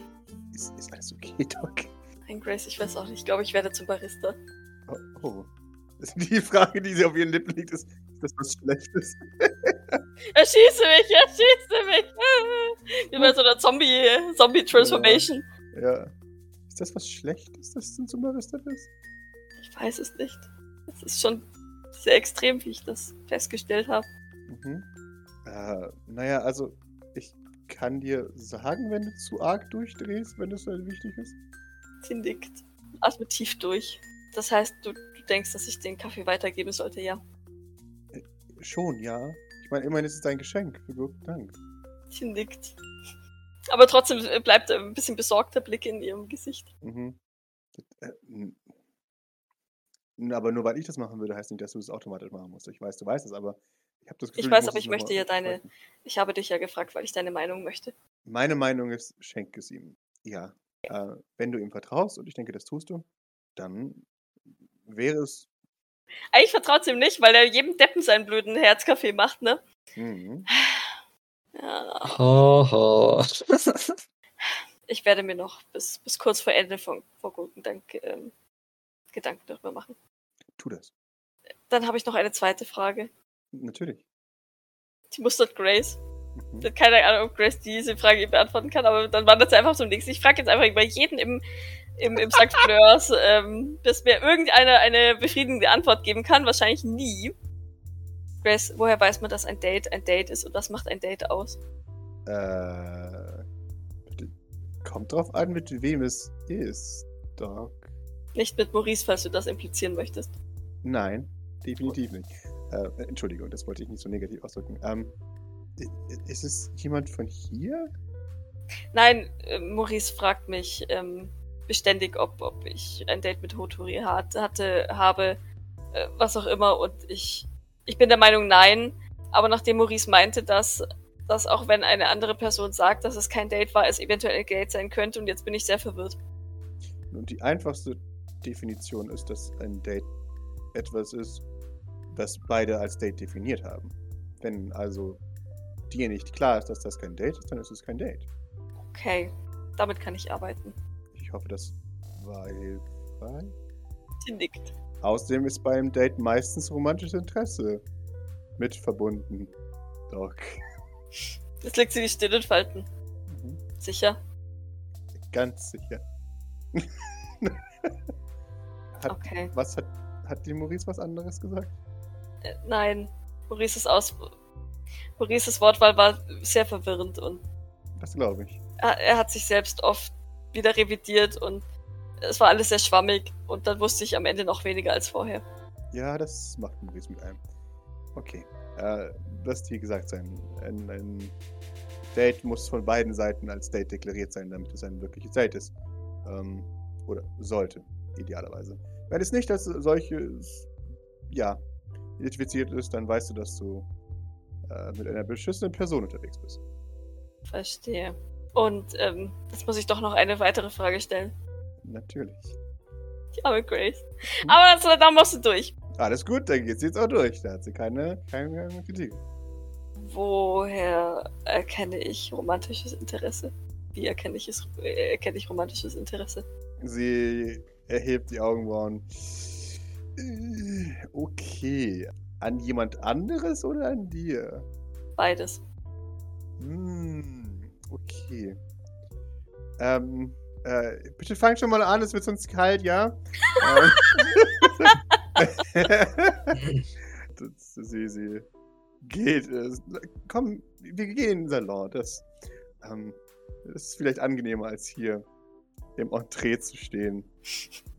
Ist, ist alles okay, Doc?
Nein, Grace, ich weiß auch nicht. Ich glaube, ich werde zum Barista.
Oh, oh. Die Frage, die sie auf ihren Lippen liegt, ist, ist das was Schlechtes?
Erschieße mich, erschieße mich. Wie bei so einer Zombie, Zombie-Transformation.
Hm. Ja. Ist das was Schlechtes, dass du zum Barista bist?
Ich weiß es nicht. Es ist schon sehr extrem, wie ich das festgestellt habe.
Mhm. Äh, naja, also, ich kann dir sagen, wenn du zu arg durchdrehst, wenn es halt wichtig ist.
Sie nickt. Atme tief durch. Das heißt, du, du denkst, dass ich den Kaffee weitergeben sollte, ja.
Schon, ja. Ich meine, immerhin ist es dein Geschenk. Vielen Dank.
Sie nickt. Aber trotzdem äh, bleibt ein bisschen besorgter Blick in ihrem Gesicht.
Mhm. Äh, n- n- aber nur weil ich das machen würde, heißt nicht, dass du es automatisch machen musst. Ich weiß, du weißt es, aber ich habe das Gefühl, du
weiß,
musst
aber
es
ich
noch mal
möchte ja deine-
unterstreichen.
Ich habe dich ja gefragt, weil ich deine Meinung möchte.
Meine Meinung ist, schenk es ihm. Ja. Äh, wenn du ihm vertraust, und ich denke, das tust du, dann wäre es.
Eigentlich vertraut sie ihm nicht, weil er jedem Deppen seinen blöden Herzkaffee macht, ne?
Mhm.
Ja,
Haha.
ich werde mir noch bis, bis kurz vor Ende von, vor guten Dank ähm, Gedanken darüber machen.
Tu das.
Dann habe ich noch eine zweite Frage.
Natürlich.
Die mustert Grace. Ich
Mhm.
habe keine Ahnung, ob Grace diese Frage ihr beantworten kann, aber dann wandert sie einfach zum nächsten. Ich frage jetzt einfach bei jedem im, im, im St. Fleurs, ähm, dass mir irgendeiner eine befriedigende Antwort geben kann. Wahrscheinlich nie. Grace, woher weiß man, dass ein Date ein Date ist und was macht ein Date aus?
Äh, d- kommt drauf an, mit wem es ist, Doc.
Nicht mit Maurice, falls du das implizieren möchtest.
Nein, definitiv nicht. Äh, Entschuldigung, das wollte ich nicht so negativ ausdrücken. Ähm, i- i- ist es jemand von hier?
Nein, äh, Maurice fragt mich ähm, beständig, ob, ob ich ein Date mit Hotori hat, hatte, habe, äh, was auch immer. Und ich, ich bin der Meinung, nein. Aber nachdem Maurice meinte, dass, dass auch wenn eine andere Person sagt, dass es kein Date war, es eventuell ein Date sein könnte. Und jetzt bin ich sehr verwirrt.
Und die einfachste Definition ist, dass ein Date etwas ist, das beide als Date definiert haben. Wenn also dir nicht klar ist, dass das kein Date ist, dann ist es kein Date.
Okay, damit kann ich arbeiten.
Ich hoffe, das war hilfreich.
Sie nickt.
Außerdem ist bei einem Date meistens romantisches Interesse mit verbunden. Doc.
Jetzt legt sie die Stirn in Falten.
Mhm.
Sicher.
Ganz sicher. hat,
Okay.
Was hat, hat die Maurice was anderes gesagt?
Äh, nein. Maurices Aus. Maurices Wortwahl war sehr verwirrend und
Das glaube ich.
er, er hat sich selbst oft wieder revidiert und es war alles sehr schwammig und dann wusste ich am Ende noch weniger als vorher.
Ja, das macht Maurice mit einem. Okay. Äh, das wie gesagt sein. Ein, ein Date muss von beiden Seiten als Date deklariert sein, damit es ein wirkliches Date ist. Ähm, oder sollte, idealerweise. Wenn es nicht als solches, ja, identifiziert ist, dann weißt du, dass du äh, mit einer beschissenen Person unterwegs bist.
Verstehe. Und ähm, jetzt muss ich doch noch eine weitere Frage stellen.
Natürlich.
Die arme Grace. Aber das, da musst du durch.
Alles gut, dann geht's jetzt auch durch. Da hat sie keine, keine Kritik.
Woher erkenne ich romantisches Interesse? Wie erkenne ich, es, äh, erkenne ich romantisches Interesse?
Sie erhebt die Augenbrauen. Äh, Okay. An jemand anderes oder an dir?
Beides.
Hm, okay. Ähm, äh, bitte fang schon mal an, es wird sonst kalt, ja? Ähm. das, sie, sie geht. es. Komm, wir gehen in den Salon. Das, ähm, das ist vielleicht angenehmer als hier. im Entree zu stehen.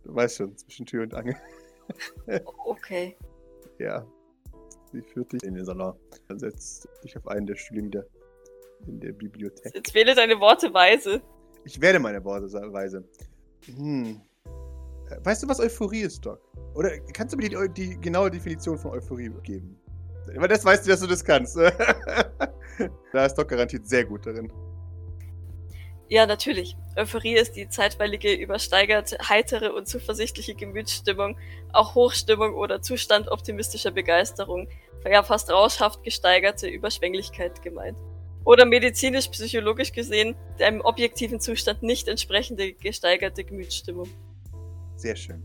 Du weißt schon, zwischen Tür und Angel.
Okay.
Ja. Sie führt dich in den Salon. Dann setzt dich auf einen der Stühle nieder in der Bibliothek.
Jetzt wähle deine Worte weise.
Ich werde meine Worte sa- weise. Hm. Äh, Weißt du, was Euphorie ist, Doc? Oder kannst du mir die, die genaue Definition von Euphorie geben? Weil das weißt du, dass du das kannst. da ist Doc garantiert sehr gut darin.
Ja, natürlich. Euphorie ist die zeitweilige, übersteigert, heitere und zuversichtliche Gemütsstimmung, auch Hochstimmung oder Zustand optimistischer Begeisterung, ja fast rauschhaft gesteigerte Überschwänglichkeit gemeint. Oder medizinisch-psychologisch gesehen, einem objektiven Zustand nicht entsprechende gesteigerte Gemütsstimmung.
Sehr schön.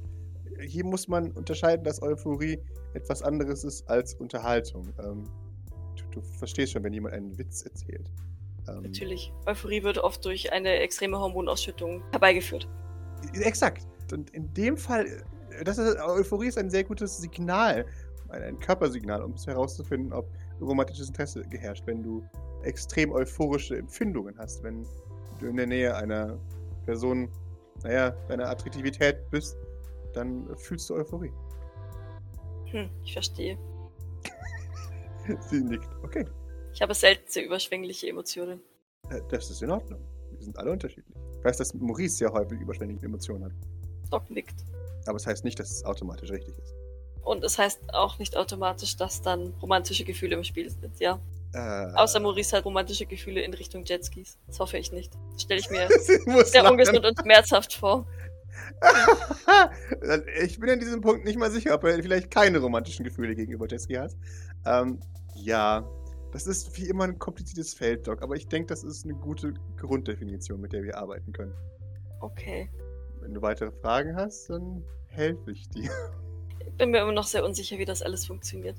Hier muss man unterscheiden, dass Euphorie etwas anderes ist als Unterhaltung. Ähm, du, du verstehst schon, wenn jemand einen Witz erzählt. Ähm,
Natürlich. Euphorie wird oft durch eine extreme Hormonausschüttung herbeigeführt.
Exakt. Und in dem Fall, äh, das ist, Euphorie ist ein sehr gutes Signal, ein, ein Körpersignal, um herauszufinden, ob romantisches Interesse geherrscht, wenn du extrem euphorische Empfindungen hast, wenn du in der Nähe einer Person, naja, deiner Attraktivität bist, dann fühlst du Euphorie.
Hm, ich verstehe.
Sie nickt. Okay,
Ich habe selten sehr überschwängliche Emotionen.
äh, das ist in Ordnung. Wir sind alle unterschiedlich. Ich weiß, dass Maurice sehr häufig überschwängliche Emotionen hat,
Doc nickt.
aber es das heißt nicht, dass es automatisch richtig ist.
Und es heißt auch nicht automatisch, dass dann romantische Gefühle im Spiel sind, ja.
Äh,
Außer Maurice hat romantische Gefühle in Richtung Jetskis. Das hoffe ich nicht. Das stelle ich mir
Sie muss
sehr
lachen.
ungesund und schmerzhaft vor.
ich bin an diesem Punkt nicht mal sicher, ob er vielleicht keine romantischen Gefühle gegenüber Jessie hat. Ähm, ja, das ist wie immer ein kompliziertes Feld, Doc, aber ich denke, das ist eine gute Grunddefinition, mit der wir arbeiten können.
Okay.
Wenn du weitere Fragen hast, dann helfe ich dir.
Ich bin mir immer noch sehr unsicher, wie das alles funktioniert.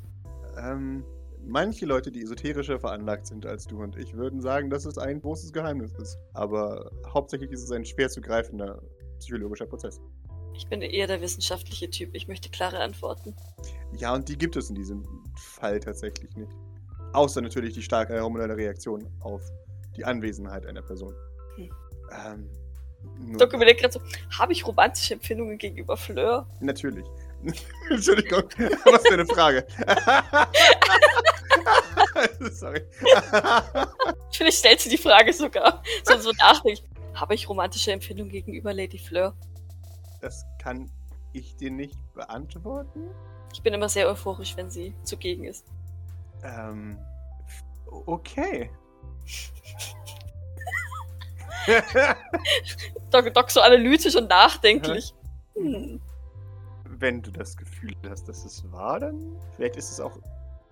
Ähm, manche Leute, die esoterischer veranlagt sind als du und ich, würden sagen, dass es ein großes Geheimnis ist. Aber hauptsächlich ist es ein schwer zu greifender psychologischer Prozess.
Ich bin eher der wissenschaftliche Typ. Ich möchte klare Antworten.
Ja, und die gibt es in diesem Fall tatsächlich nicht. Außer natürlich die starke hormonelle Reaktion auf die Anwesenheit einer Person.
Hm.
Ähm, nur-
Doc überlegt gerade so, habe ich romantische Empfindungen gegenüber Fleur?
natürlich. Entschuldigung, was für eine Frage. Sorry.
Vielleicht stellt sie die Frage sogar. So, so nachdenklich. Habe ich romantische Empfindungen gegenüber Lady Fleur?
Das kann ich dir nicht beantworten.
Ich bin immer sehr euphorisch, wenn sie zugegen ist.
Ähm, okay.
Doc, Doc so analytisch und nachdenklich. Hm.
Wenn du das Gefühl hast, dass es war, dann vielleicht ist es auch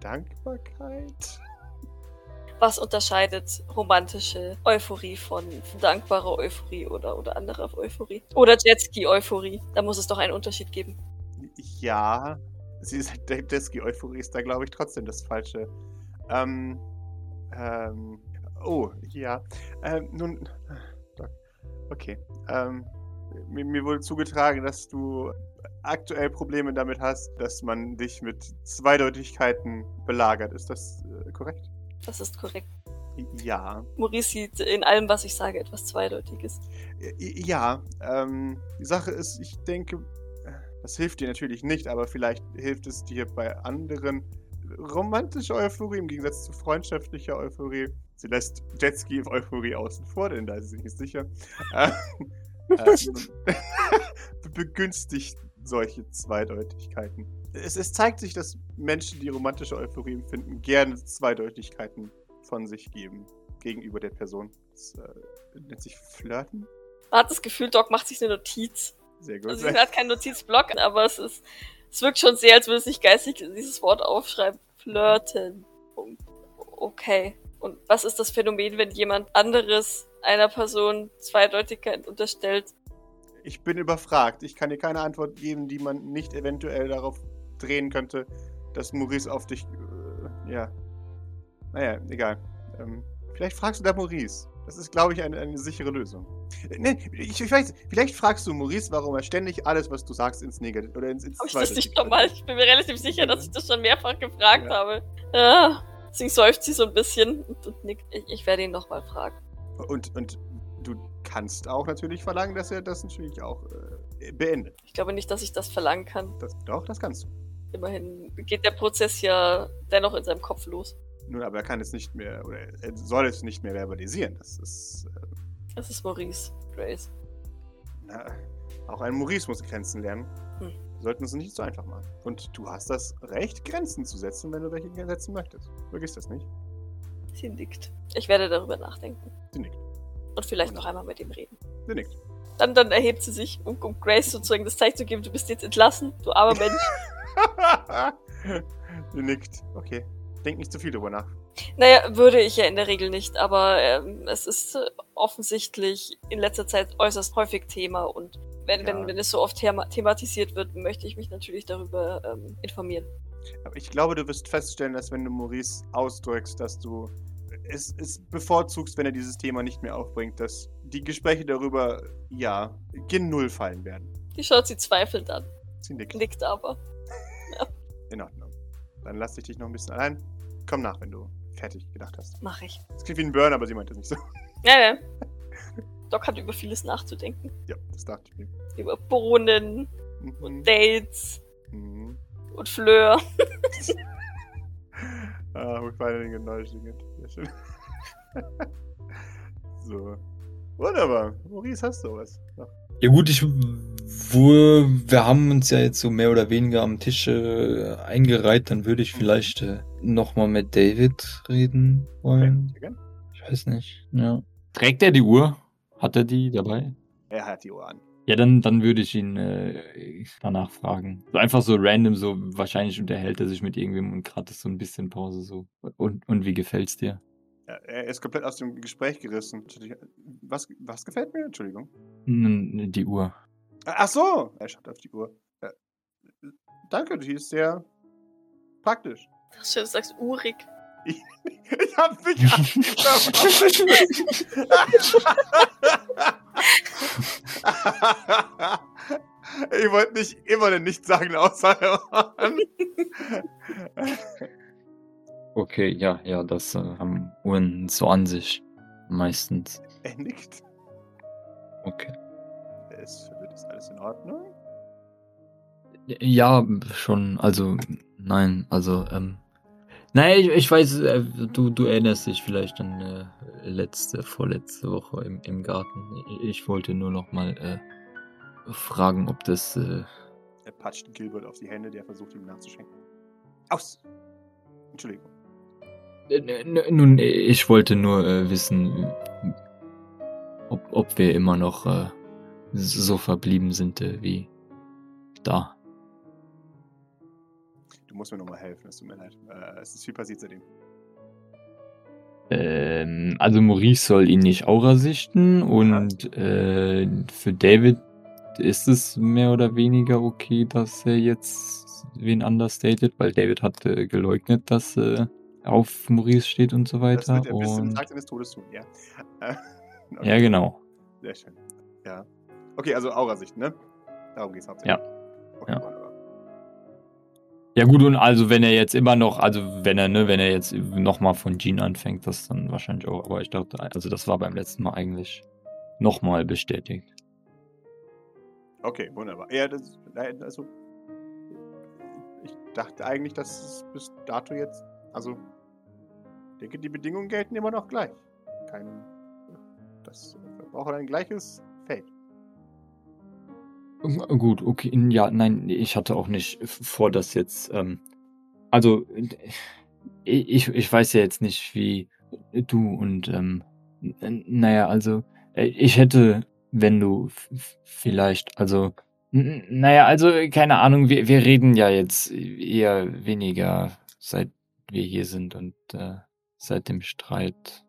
Dankbarkeit.
Was unterscheidet romantische Euphorie von dankbarer Euphorie oder, oder anderer Euphorie? Oder Jetski-Euphorie. Da muss es doch einen Unterschied geben.
Ja, sie sagt, der Jetski-Euphorie ist da, glaube ich, trotzdem das Falsche. Ähm, ähm, oh, ja. Ähm, nun, okay. Ähm, mir, mir wurde zugetragen, dass du aktuell Probleme damit hast, dass man dich mit Zweideutigkeiten belagert. Ist das äh, korrekt?
Das ist korrekt.
Ja.
Maurice sieht in allem, was ich sage, etwas Zweideutiges.
Äh, Ja, ähm, die Sache ist, ich denke, äh, das hilft dir natürlich nicht, aber vielleicht hilft es dir bei anderen. Romantische Euphorie im Gegensatz zu freundschaftlicher Euphorie. Sie lässt Jetski-Euphorie außen vor, denn da ist sie nicht sicher. Ähm, ähm, begünstigt solche Zweideutigkeiten. Es, es zeigt sich, dass Menschen, die romantische Euphorie empfinden, gerne Zweideutigkeiten von sich geben gegenüber der Person. Das äh, nennt sich Flirten.
Man hat das Gefühl, Doc macht sich eine Notiz.
Sehr gut.
Also sie hat keinen Notizblock, aber es ist, es wirkt schon sehr, als würde es nicht geistig dieses Wort aufschreiben. Flirten. Punkt. Okay. Und was ist das Phänomen, wenn jemand anderes einer Person Zweideutigkeit unterstellt?
Ich bin überfragt. Ich kann dir keine Antwort geben, die man nicht eventuell darauf drehen könnte, dass Maurice auf dich. Äh, ja. Naja, egal. Ähm, vielleicht fragst du da Maurice. Das ist, glaube ich, eine, eine sichere Lösung. Äh, Nee, ich, ich weiß, vielleicht fragst du Maurice, warum er ständig alles, was du sagst, ins Negative oder ins, ins
Habe ich das nicht
Zweideutige
schon mal?
verwendet.
Ich bin mir relativ sicher, dass ich das schon mehrfach gefragt
Mhm. Ja.
habe. Ah, Ja. Deswegen seufzt sie so ein bisschen und, und nickt. Ich, ich werde ihn nochmal fragen.
Und, und du kannst auch natürlich verlangen, dass er das natürlich auch äh, beendet.
Ich glaube nicht, dass ich das verlangen kann.
Das, doch, das kannst du.
Immerhin geht der Prozess ja dennoch in seinem Kopf los.
Nun, aber er kann es nicht mehr, oder er soll es nicht mehr verbalisieren. Das ist, äh,
Das ist Maurice Grace.
na, auch ein Maurice muss Grenzen lernen.
Hm.
Wir sollten es nicht so einfach machen. Und du hast das Recht, Grenzen zu setzen, wenn du welche setzen möchtest. Vergiss das nicht.
Sie nickt. Ich werde darüber nachdenken.
Sie nickt.
Und vielleicht noch einmal mit ihm reden.
Sie nickt.
Dann, dann erhebt sie sich, um, um Grace sozusagen das Zeichen zu geben, du bist jetzt entlassen, du armer Mensch.
Sie nickt. Okay. Denk nicht zu viel drüber nach.
naja, würde ich ja in der Regel nicht, aber ähm, es ist äh, offensichtlich in letzter Zeit äußerst häufig Thema und wenn,
Ja.
wenn, wenn es so oft thema thematisiert wird, möchte ich mich natürlich darüber ähm, informieren.
Aber ich glaube, du wirst feststellen, dass wenn du Maurice ausdrückst, dass du es, es bevorzugst, wenn er dieses Thema nicht mehr aufbringt, dass die Gespräche darüber, ja, gen Null fallen werden.
Die schaut sie zweifelnd an,
Sie nickt.
nickt aber.
In Ordnung. Dann lass ich dich noch ein bisschen allein. Komm nach, wenn du fertig gedacht hast.
Mach ich.
Es klingt wie ein Burn, aber sie meint es nicht so.
Ja, ja. Doc hat über vieles nachzudenken.
Ja, das dachte ich mir.
Über Bohnen
Mhm.
und Dates
Mhm.
und Fleur.
Ah, we finally acknowledging it. Sehr schön. so. Wunderbar. Maurice, hast du was? Noch?
Ja gut, ich wo, wir haben uns ja jetzt so mehr oder weniger am Tisch äh, eingereiht, dann würde ich vielleicht äh, nochmal mit David reden wollen.
Sehr gern.
Ich weiß nicht. Ja.
Trägt er die Uhr? Hat er die dabei?
Er hat die Uhr an.
Ja, dann, dann würde ich ihn äh, danach fragen. So einfach so random, so wahrscheinlich unterhält er sich mit irgendwem und gerade ist so ein bisschen Pause so. Und, und wie gefällt's dir?
Ja, er ist komplett aus dem Gespräch gerissen. Was, was gefällt mir? Entschuldigung. Ah,
N- Die Uhr.
Ach so! Er schaut auf die Uhr. Ja. Danke, die ist sehr praktisch.
Ach, schön, du sagst urig.
Ich hab mich angefangen. Ich wollte nicht immer eine nichtssagende Aussage machen.
Okay, ja, ja, das äh, haben Uhren so an sich. Meistens.
Er nickt.
Okay.
Es wird ist alles in Ordnung.
Ja, schon. Also, nein, also, ähm. Naja, ich, ich weiß, äh, du, du erinnerst dich vielleicht an äh, letzte, vorletzte Woche im, im Garten. Ich wollte nur noch mal äh, fragen, ob das. Äh,
Er patscht Gilbert auf die Hände, der versucht ihm nachzuschenken. Aus! Entschuldigung.
n- n- nun, ich wollte nur äh, wissen, äh, ob, ob wir immer noch äh, so verblieben sind äh, wie da.
Du musst mir nochmal helfen, es tut mir leid. Äh, es ist viel passiert seitdem.
Ähm, also Maurice soll ihn nicht Aura sichten und äh, für David ist es mehr oder weniger okay, dass er jetzt wen anders datet, weil David hat äh, geleugnet, dass äh, er auf Maurice steht und so
Das
weiter.
wird er bis zum
Und,
Tag seines Todes tun, ja. Äh, okay.
ja, genau.
Sehr schön. Ja. Okay, also Aurasicht, ne? Darum geht's hauptsächlich. Okay,
Ja.
wunderbar.
Ja gut, und also wenn er jetzt immer noch, also wenn er, ne, wenn er jetzt nochmal von Jean anfängt, das dann wahrscheinlich auch, aber ich dachte, also das war beim letzten Mal eigentlich nochmal bestätigt.
Okay, wunderbar. Ja, das, nein, also, ich dachte eigentlich, dass es bis dato jetzt, also, ich denke, die Bedingungen gelten immer noch gleich. Kein, das, wir brauchen ein gleiches Feld.
Hm, Gut, okay. Ja, nein, ich hatte auch nicht vor, das jetzt. Ähm, also, ich, ich weiß ja jetzt nicht, wie du und. Ähm, n- naja, also, äh, ich hätte, wenn du f- f- vielleicht, also. n- Naja, also, keine Ahnung, wir, wir reden ja jetzt eher weniger, seit wir hier sind und äh, seit dem Streit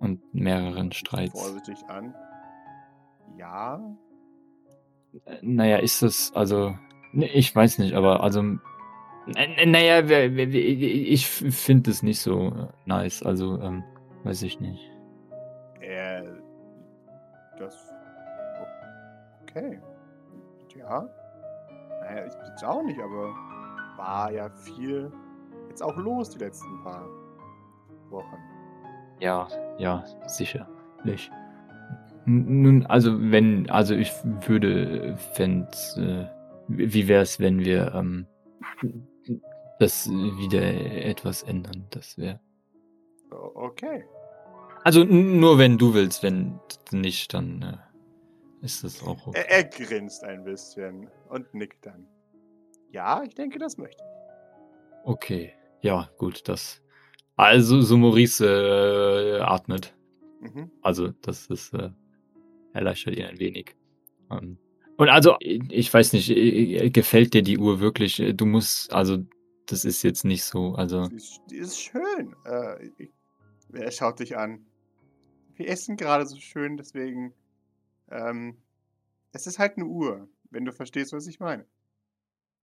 und mehreren Streits.
Vorsichtig an. Ja,
Äh, Naja, ist das, also, ne, ich weiß nicht, aber also, n- n- naja, wer- wer- wer- ich finde es nicht so äh, nice, also, ähm, weiß ich nicht.
äh, das, okay. Ja, naja, ich bin's auch nicht, aber war ja viel jetzt auch los die letzten paar Wochen.
Ja, ja, sicher. Nicht. Nun, also wenn, also ich würde, fänd's, äh, wie wäre es, wenn wir ähm, das wieder etwas ändern? Das wäre.
O- Okay.
Also n- nur wenn du willst, wenn nicht, dann äh, ist das auch okay.
Er, er grinst ein bisschen und nickt dann. Ja, ich denke, das möchte ich.
Okay, ja, gut, das. Also, so Maurice äh, atmet.
Mhm.
Also, das ist äh, erleichtert ihn ein wenig. Ähm, und also, ich ich weiß nicht, äh, gefällt dir die Uhr wirklich? Äh, Du musst, also, das ist jetzt nicht so, also,
Sie ist, die ist schön. Äh, ich, er schaut dich an. Wir essen gerade so schön, deswegen. Ähm, es ist halt eine Uhr, wenn du verstehst, was ich meine.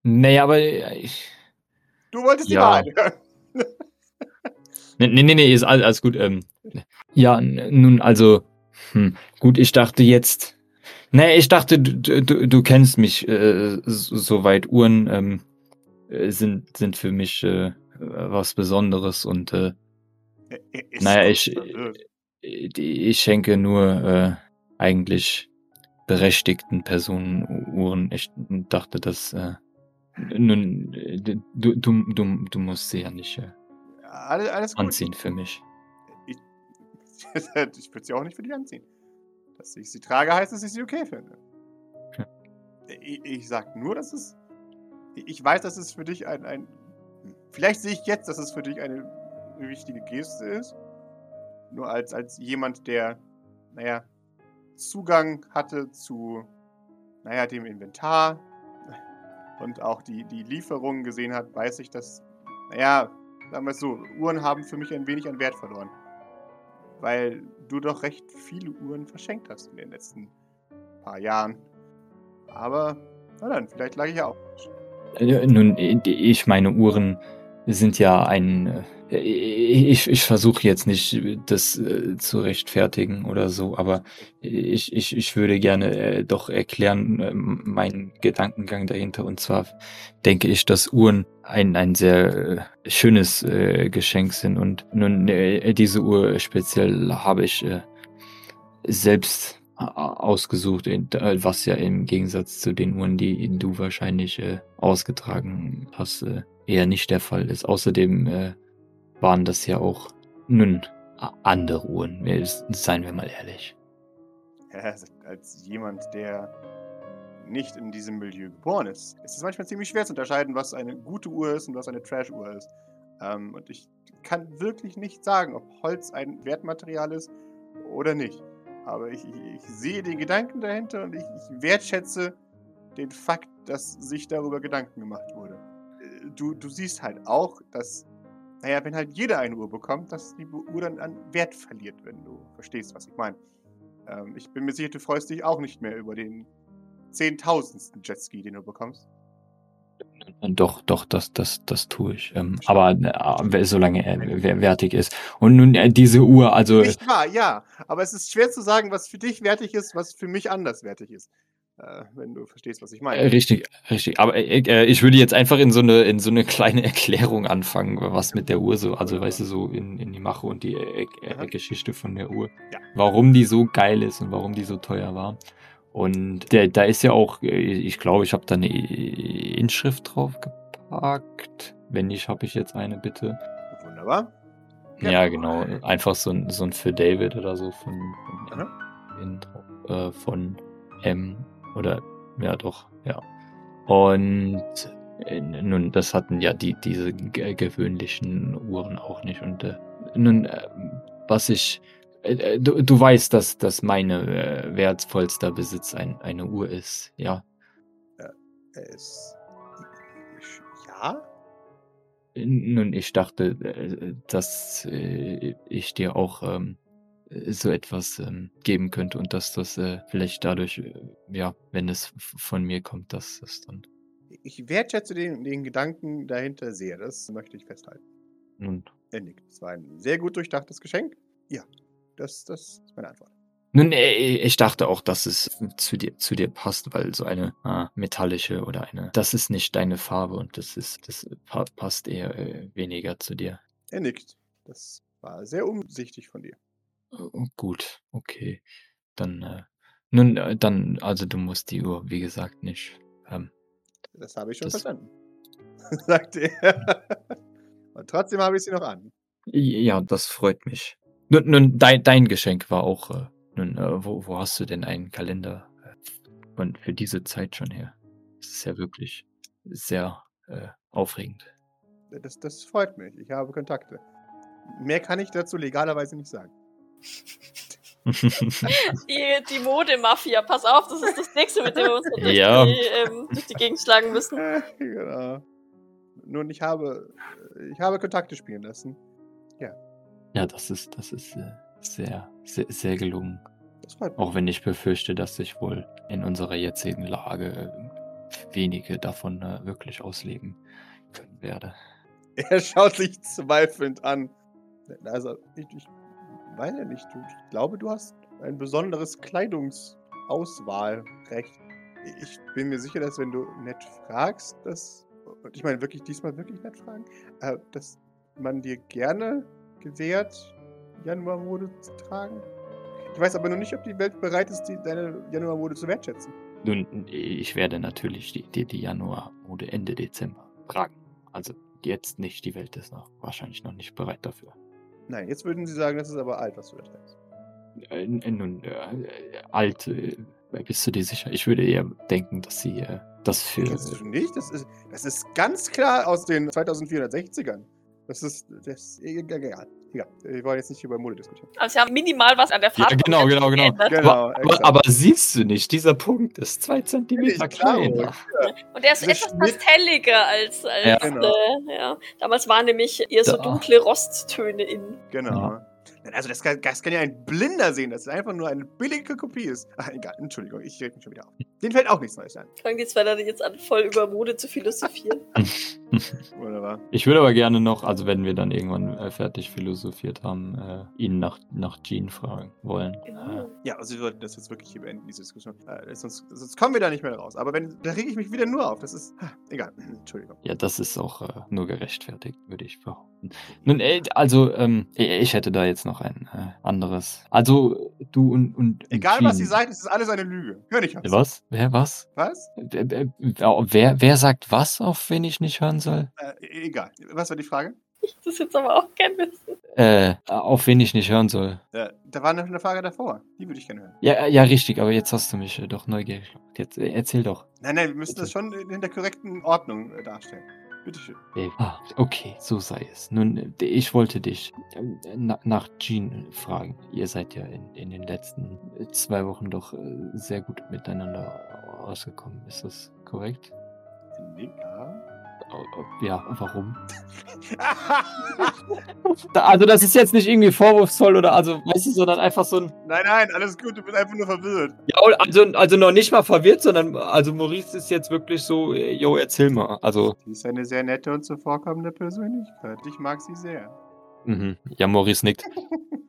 naja, aber äh, ich.
Du wolltest
Ja.
die Wahrheit hören.
Nee, nee, nee, nee, ist all- alles gut. Ähm, ja, n- nun, also, hm, gut, ich dachte jetzt. Nee, ich dachte, du, du, du kennst mich äh, so- soweit. Uhren ähm, äh, sind, sind für mich äh, was Besonderes und äh,
Er- er ist äh,
Naja,
so
ich-
verwirrt.
die- ich schenke nur äh, eigentlich berechtigten Personen U- Uhren. Ich dachte, dass. Äh, nun, äh, du, du, du, du musst sie ja nicht äh,
Alles, alles gut.
anziehen für mich.
ich würde sie auch nicht für dich anziehen. Dass ich sie trage, heißt, dass ich sie okay finde.
Okay.
Ich, ich sag nur, dass es. Ich weiß, dass es für dich ein. ein vielleicht sehe ich jetzt, dass es für dich eine wichtige Geste ist. Nur als, als jemand, der, naja, Zugang hatte zu, naja, dem Inventar und auch die, die Lieferungen gesehen hat, weiß ich, dass, naja, sagen wir es so, Uhren haben für mich ein wenig an Wert verloren weil du doch recht viele Uhren verschenkt hast in den letzten paar Jahren. Aber, na dann, vielleicht lag ich ja auch.
Äh, Nun, äh, ich meine, Uhren sind ja ein. äh, Ich, ich versuche jetzt nicht, äh, das äh, zu rechtfertigen oder so, aber ich, ich, ich würde gerne äh, doch erklären äh, meinen Gedankengang dahinter. Und zwar denke ich, dass Uhren ein, ein sehr äh, schönes äh, Geschenk sind. Und nun, äh, diese Uhr speziell habe ich äh, selbst a- ausgesucht, in- äh, was ja im Gegensatz zu den Uhren, die du wahrscheinlich äh, ausgetragen hast, äh, eher nicht der Fall ist. Außerdem äh, waren das ja auch nun a- andere Uhren, Äh, s- seien wir mal ehrlich.
Ja, als jemand, der nicht in diesem Milieu geboren ist, ist es manchmal ziemlich schwer zu unterscheiden, was eine gute Uhr ist und was eine Trash-Uhr ist. Ähm, und ich kann wirklich nicht sagen, ob Holz ein Wertmaterial ist oder nicht. Aber ich, ich, ich sehe den Gedanken dahinter und ich, ich wertschätze den Fakt, dass sich darüber Gedanken gemacht wurde. Äh, Du, du siehst halt auch, dass, naja, wenn halt jeder eine Uhr bekommt, dass die Uhr dann an Wert verliert, wenn du verstehst, was ich meine. Ähm, ich bin mir sicher, du freust dich auch nicht mehr über den zehntausendsten Jetski, den du bekommst.
Doch, doch, das, das, das tue ich. Ähm, aber äh, solange er wer- wertig ist. Und nun äh, diese Uhr, also
Nicht wahr, ja. Aber es ist schwer zu sagen, was für dich wertig ist, was für mich anders wertig ist. Äh, wenn du verstehst, was ich
Äh,
meine.
Richtig, richtig. Aber äh, äh, ich würde jetzt einfach in so eine, in so eine kleine Erklärung anfangen, was mit der Uhr so, also weißt du, so in, in die Mache und die äh, äh,
Aha.
Geschichte von der Uhr.
Ja.
Warum die so geil ist und warum die so teuer war. Und der, da ist ja auch, äh, ich glaube, ich habe da eine Inschrift drauf gepackt. Wenn nicht, habe ich jetzt eine, bitte.
Wunderbar.
Ja,
Ja.
genau. Einfach so ein, so ein für David oder so von, von, in, äh, von M oder ja doch, ja. Und äh, nun, das hatten ja die, diese ge- gewöhnlichen Uhren auch nicht. Und äh, nun, äh, was ich. äh, äh, Du, du weißt, dass, dass meine äh, wertvollster Besitz ein, eine Uhr ist, ja.
Es. Ja?
Nun, ich dachte, äh, dass äh, ich dir auch ähm, so etwas ähm, geben könnte und dass das äh, vielleicht dadurch, äh, ja, wenn es f- von mir kommt, dass das dann.
Ich wertschätze den, den Gedanken dahinter sehr. Das möchte ich festhalten.
Nun,
Er nickt. Es war ein sehr gut durchdachtes Geschenk. Ja, das, das ist meine Antwort.
nun äh, ich dachte auch, dass es zu dir, zu dir passt, weil so eine ah, metallische oder eine, das ist nicht deine Farbe und das ist, das pa- passt eher äh, weniger zu dir.
Er nickt. Das war sehr umsichtig von dir.
Oh, Gut, okay. dann, äh, nun, äh, dann, also du musst die Uhr, wie gesagt, nicht. Ähm,
Das habe ich schon
Das-
verstanden. sagt er. Und trotzdem habe ich sie noch an.
ja, das freut mich. Nun, nun dein, dein Geschenk war auch, äh, nun, äh, wo, wo hast du denn einen Kalender äh, von, für diese Zeit schon her? Das ist ja wirklich sehr äh, aufregend.
Das, das freut mich. Ich habe Kontakte. Mehr kann ich dazu legalerweise nicht sagen.
Die, die Modemafia, pass auf, das ist das nächste, mit dem wir uns noch durch,
Ja.
die, ähm, durch die Gegend schlagen müssen.
genau. Nun, ich habe, ich habe Kontakte spielen lassen.
ja, das ist, das ist äh, sehr, sehr, sehr gelungen.
Das freut mich.
Auch wenn ich befürchte, dass sich wohl in unserer jetzigen Lage äh, wenige davon äh, wirklich ausleben können werde.
Er schaut sich zweifelnd an. Also, ich, ich weiß ja nicht. Du, ich glaube, du hast ein besonderes Kleidungsauswahlrecht. Ich bin mir sicher, dass wenn du nett fragst, dass, und ich meine wirklich diesmal wirklich nett fragen, äh, dass man dir gerne gewährt, Januarmode zu tragen. Ich weiß aber noch nicht, ob die Welt bereit ist, die, deine Januarmode zu wertschätzen.
Nun, ich werde natürlich die, die, die Januar oder Ende Dezember fragen. Also jetzt nicht, die Welt ist noch wahrscheinlich noch nicht bereit dafür.
Nein, jetzt würden sie sagen, das ist aber alt, was du da trägst.
Äh, n- nun, äh, äh, alt, äh, bist du dir sicher? Ich würde eher denken, dass sie äh, das für...
Kennst du nicht? Das ist, das ist ganz klar aus den 2460ern. Das ist, das, e, egal, egal. Egal, wir wollen jetzt nicht über Mode diskutieren.
Also sie haben minimal was an der
Ja,
Farbe
genau, genau, genau.
geändert.
Genau,
Aber, aber siehst du nicht, dieser Punkt ist zwei Zentimeter
Ich glaube,
kleiner.
Und er ist
Diese
etwas
Schnitt-
pastelliger als, als
Ja.
Genau.
äh, ja. damals waren nämlich eher so
Da.
dunkle Rosttöne in.
genau. Nein, Also das kann, das kann ja ein Blinder sehen, dass es einfach nur eine billige Kopie ist. Ach, egal, Entschuldigung, ich rede mich schon wieder auf. Den fällt auch nichts Neues ein.
Fangen die zwei dann jetzt an, voll über Mode zu philosophieren.
Ah.
Wunderbar.
Ich würde aber gerne noch, also wenn wir dann irgendwann äh, fertig philosophiert haben, äh, ihn nach, nach Jean fragen wollen. Äh,
Genau.
Ja, also wir sollten das jetzt wirklich hier beenden, diese Diskussion. Äh, sonst, sonst kommen wir da nicht mehr raus. Aber wenn, da rege ich mich wieder nur auf. Das ist, ah, egal, Entschuldigung.
Ja, das ist auch äh, nur gerechtfertigt, würde ich behaupten. Nun, äh, also, ähm, äh, ich hätte da jetzt noch ein äh, anderes. Also, du und. und und
Egal, was sie
Jean.
sagt, es ist alles eine Lüge. Hör nicht auf.
Was? Wer was?
Was?
Äh, äh, Wer, wer sagt was, auf wen ich nicht hören soll?
Äh, egal. Was war die Frage?
Das ist jetzt aber auch kein Witz.
Äh, auf wen ich nicht hören soll.
Äh, da war noch eine Frage davor. Die würde ich gerne hören.
Ja, äh, ja, richtig, aber jetzt hast du mich äh, doch neugierig gemacht. Jetzt äh, erzähl doch.
Nein, nein, wir müssen das schon in in der korrekten Ordnung äh, darstellen. Bitteschön.
Äh, Ah, okay, so sei es. Nun, äh, ich wollte dich ähm, na, nach Jean fragen. Ihr seid ja in, in den letzten äh, zwei Wochen doch äh, sehr gut miteinander ausgekommen. Ist das korrekt?
Ja.
Au- au- Ja, warum? Da- Also das ist jetzt nicht irgendwie vorwurfsvoll oder also, weißt du, sondern einfach so ein...
nein, nein, alles gut, du bist einfach nur verwirrt.
Ja, also, also noch nicht mal verwirrt, sondern also Maurice ist jetzt wirklich so, äh, yo, erzähl mal. Also...
Sie ist eine sehr nette und zuvorkommende Persönlichkeit. Ich mag sie sehr.
Mhm. Ja, Maurice nickt.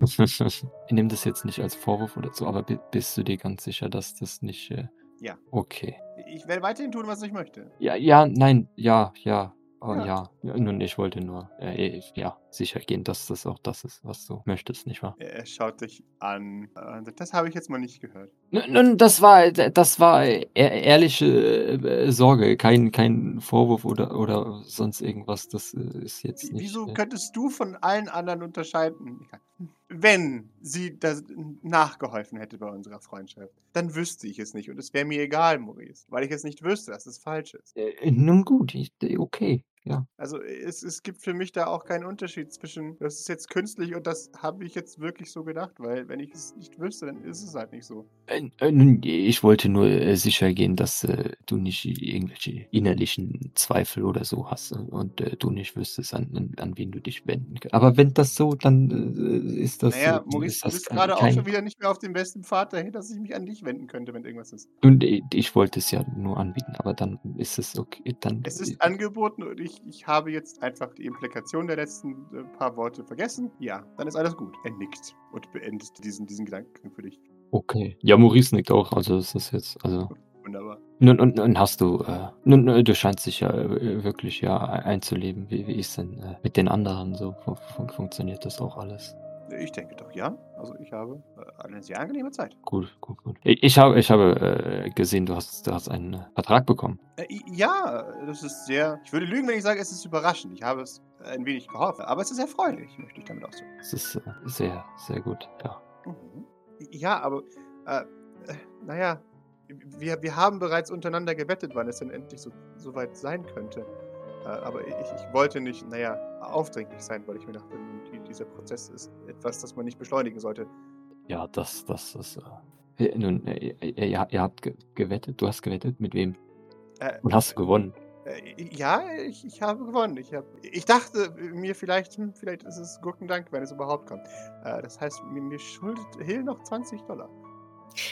ich nehme das jetzt nicht als Vorwurf oder so, aber bi- bist du dir ganz sicher, dass das nicht. Äh...
Ja.
Okay.
Ich werde weiterhin tun, was ich möchte.
Ja, ja, nein, ja, ja. Oh,
Ja.
ja. ja. Nun, ich wollte nur, äh, ich- ja, sicher gehen, dass das auch das ist, was du möchtest, nicht wahr?
Er schaut dich an. äh, und sagt, Das habe ich jetzt mal nicht gehört.
Nun, nun, das war, das war äh, ehrliche äh, Sorge, kein, kein Vorwurf oder, oder sonst irgendwas. Das äh, ist jetzt
Wie-
nicht.
Wieso
äh,
könntest du von allen anderen unterscheiden? Egal. Wenn sie das nachgeholfen hätte bei unserer Freundschaft, dann wüsste ich es nicht und es wäre mir egal, Maurice, weil ich es nicht wüsste, dass es falsch ist.
äh, nun gut, ich, okay, ja.
Also es, es gibt für mich da auch keinen Unterschied zwischen, das ist jetzt künstlich und das habe ich jetzt wirklich so gedacht, weil wenn ich es nicht wüsste, dann ist es halt nicht so.
Äh, äh, Nun, ich wollte nur äh, sicher gehen, dass äh, du nicht irgendwelche innerlichen Zweifel oder so hast und, und äh, du nicht wüsstest, an, an, an wen du dich wenden kannst. Aber wenn das so, dann äh, ist das.
naja,
so,
Maurice,
ist
du
das
bist
kein-
gerade auch
kein-
schon wieder nicht mehr auf dem besten Pfad dahin, dass ich mich an dich wenden könnte, wenn irgendwas ist.
Nun, äh, ich wollte es ja nur anbieten, aber dann ist es okay. Dann, äh,
Es ist angeboten und ich, ich habe jetzt einfach die Implikation der letzten äh, paar Worte vergessen. Ja, dann ist alles gut. Er nickt und beendet diesen, diesen Gedanken für dich.
okay. Ja, Maurice nickt auch, also ist das jetzt. Also.
Wunderbar.
Nun, und, und hast du, äh, nun, äh, du scheinst dich ja äh, wirklich ja ein- einzuleben. Wie, wie ist denn äh, mit den anderen so? Fun fun funktioniert das auch alles?
Ich denke doch, ja. Also ich habe äh, eine sehr angenehme Zeit.
Gut, gut, gut. Ich, ich habe, ich habe äh, gesehen, du hast, du hast einen äh, Vertrag bekommen.
Äh, i- ja, das ist sehr. Ich würde lügen, wenn ich sage, es ist überraschend. Ich habe es äh, ein wenig gehofft, aber es ist erfreulich, möchte ich damit ausdrücken.
Das ist äh, sehr, sehr gut. Ja.
Mhm. Ja, aber äh, äh, naja, wir, wir haben bereits untereinander gewettet, wann es denn endlich so, so weit sein könnte. Äh, aber ich, ich wollte nicht, naja, aufdringlich sein, weil ich mir dachte, die- dieser Prozess ist etwas, das man nicht beschleunigen sollte.
Ja, das, das ist. Äh, äh, nun, äh, ihr, ihr, ihr habt ge gewettet. Du hast gewettet mit wem?
Äh,
Und hast gewonnen.
Äh, Ja, ich, ich habe gewonnen. Ich, hab, ich dachte mir vielleicht, hm, vielleicht ist es Gurkendank, wenn es überhaupt kommt. Äh, das heißt, mir, mir schuldet Hill noch 20 Dollar.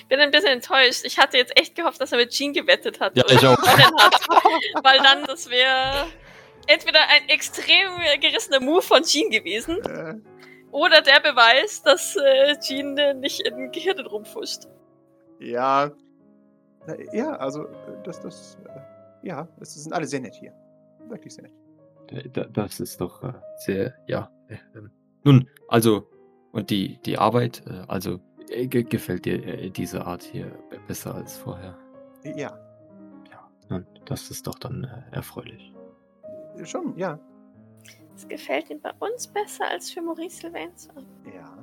Bin ein bisschen enttäuscht. Ich hatte jetzt echt gehofft, dass er mit Jean gewettet hat.
Ja,
oder
ich auch.
gewonnen hat. Weil dann, das wäre entweder ein extrem gerissener Move von Jean gewesen
Äh,
oder der Beweis, dass äh, Jean äh, nicht in Gehirn rumfuscht.
ja. Na, ja, also, äh, das, das, äh, ja, es sind alle sehr nett hier. Wirklich sehr nett.
Äh, da- Das ist doch äh, sehr, ja. äh, ähm. Nun, also, und die, die Arbeit, äh, also, äh, ge gefällt dir äh, diese Art hier besser als vorher?
Äh, Ja,
Ja. Nun, das ist doch dann äh, erfreulich.
Äh, schon, ja.
Das gefällt ihm bei uns besser als für Maurice Sylvain.
Ja.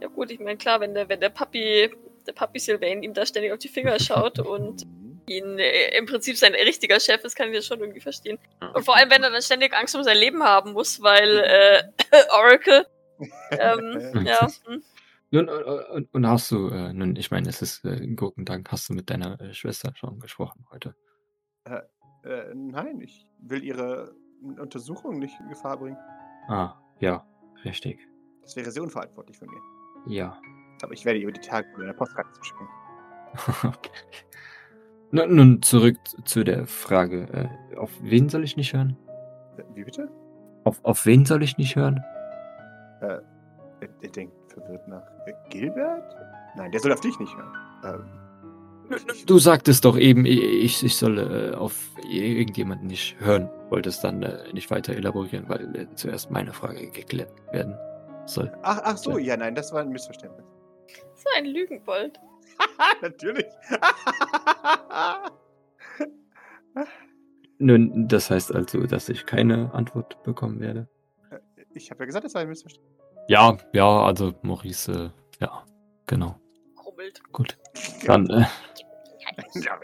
Ja gut, ich meine, klar, wenn der, wenn der Papi, der Papi Sylvain ihm da ständig auf die Finger schaut und
Mhm.
ihn äh, im Prinzip sein richtiger Chef ist, kann ich das schon irgendwie verstehen. Und vor allem, wenn er dann ständig Angst um sein Leben haben muss, weil äh, Oracle, ähm, ja, hm.
Nun, äh, und, und hast du, äh, nun, ich meine, es ist äh, Gurkendank, hast du mit deiner äh, Schwester schon gesprochen heute?
Äh, nein, ich will ihre hm, Untersuchung nicht in Gefahr bringen.
Ah, ja, richtig.
Das wäre sehr unverantwortlich von mir.
Ja.
Aber ich werde ihr über die Tage eine Postkarte zuschicken.
okay. Nun, nun, zurück zu der Frage, äh, auf wen soll ich nicht hören?
Äh, Wie bitte?
Auf, auf wen soll ich nicht hören?
Er, er Äh, denkt verwirrt nach. Äh, Gilbert? Nein, der soll auf dich nicht hören. Ähm,
Du sagtest doch eben, ich, ich solle äh, auf irgendjemanden nicht hören. Wolltest dann äh, nicht weiter elaborieren, weil äh, zuerst meine Frage geklärt werden soll.
ach, ach so, ja, nein, das war ein Missverständnis.
so ein Lügenbold.
Ah, natürlich.
Nun, das heißt also, dass ich keine Antwort bekommen werde.
ich habe ja gesagt, das war ein Missverständnis.
Ja, ja, also Maurice, äh, ja, genau.
Rummelt.
Gut. Dann, äh,
Ja,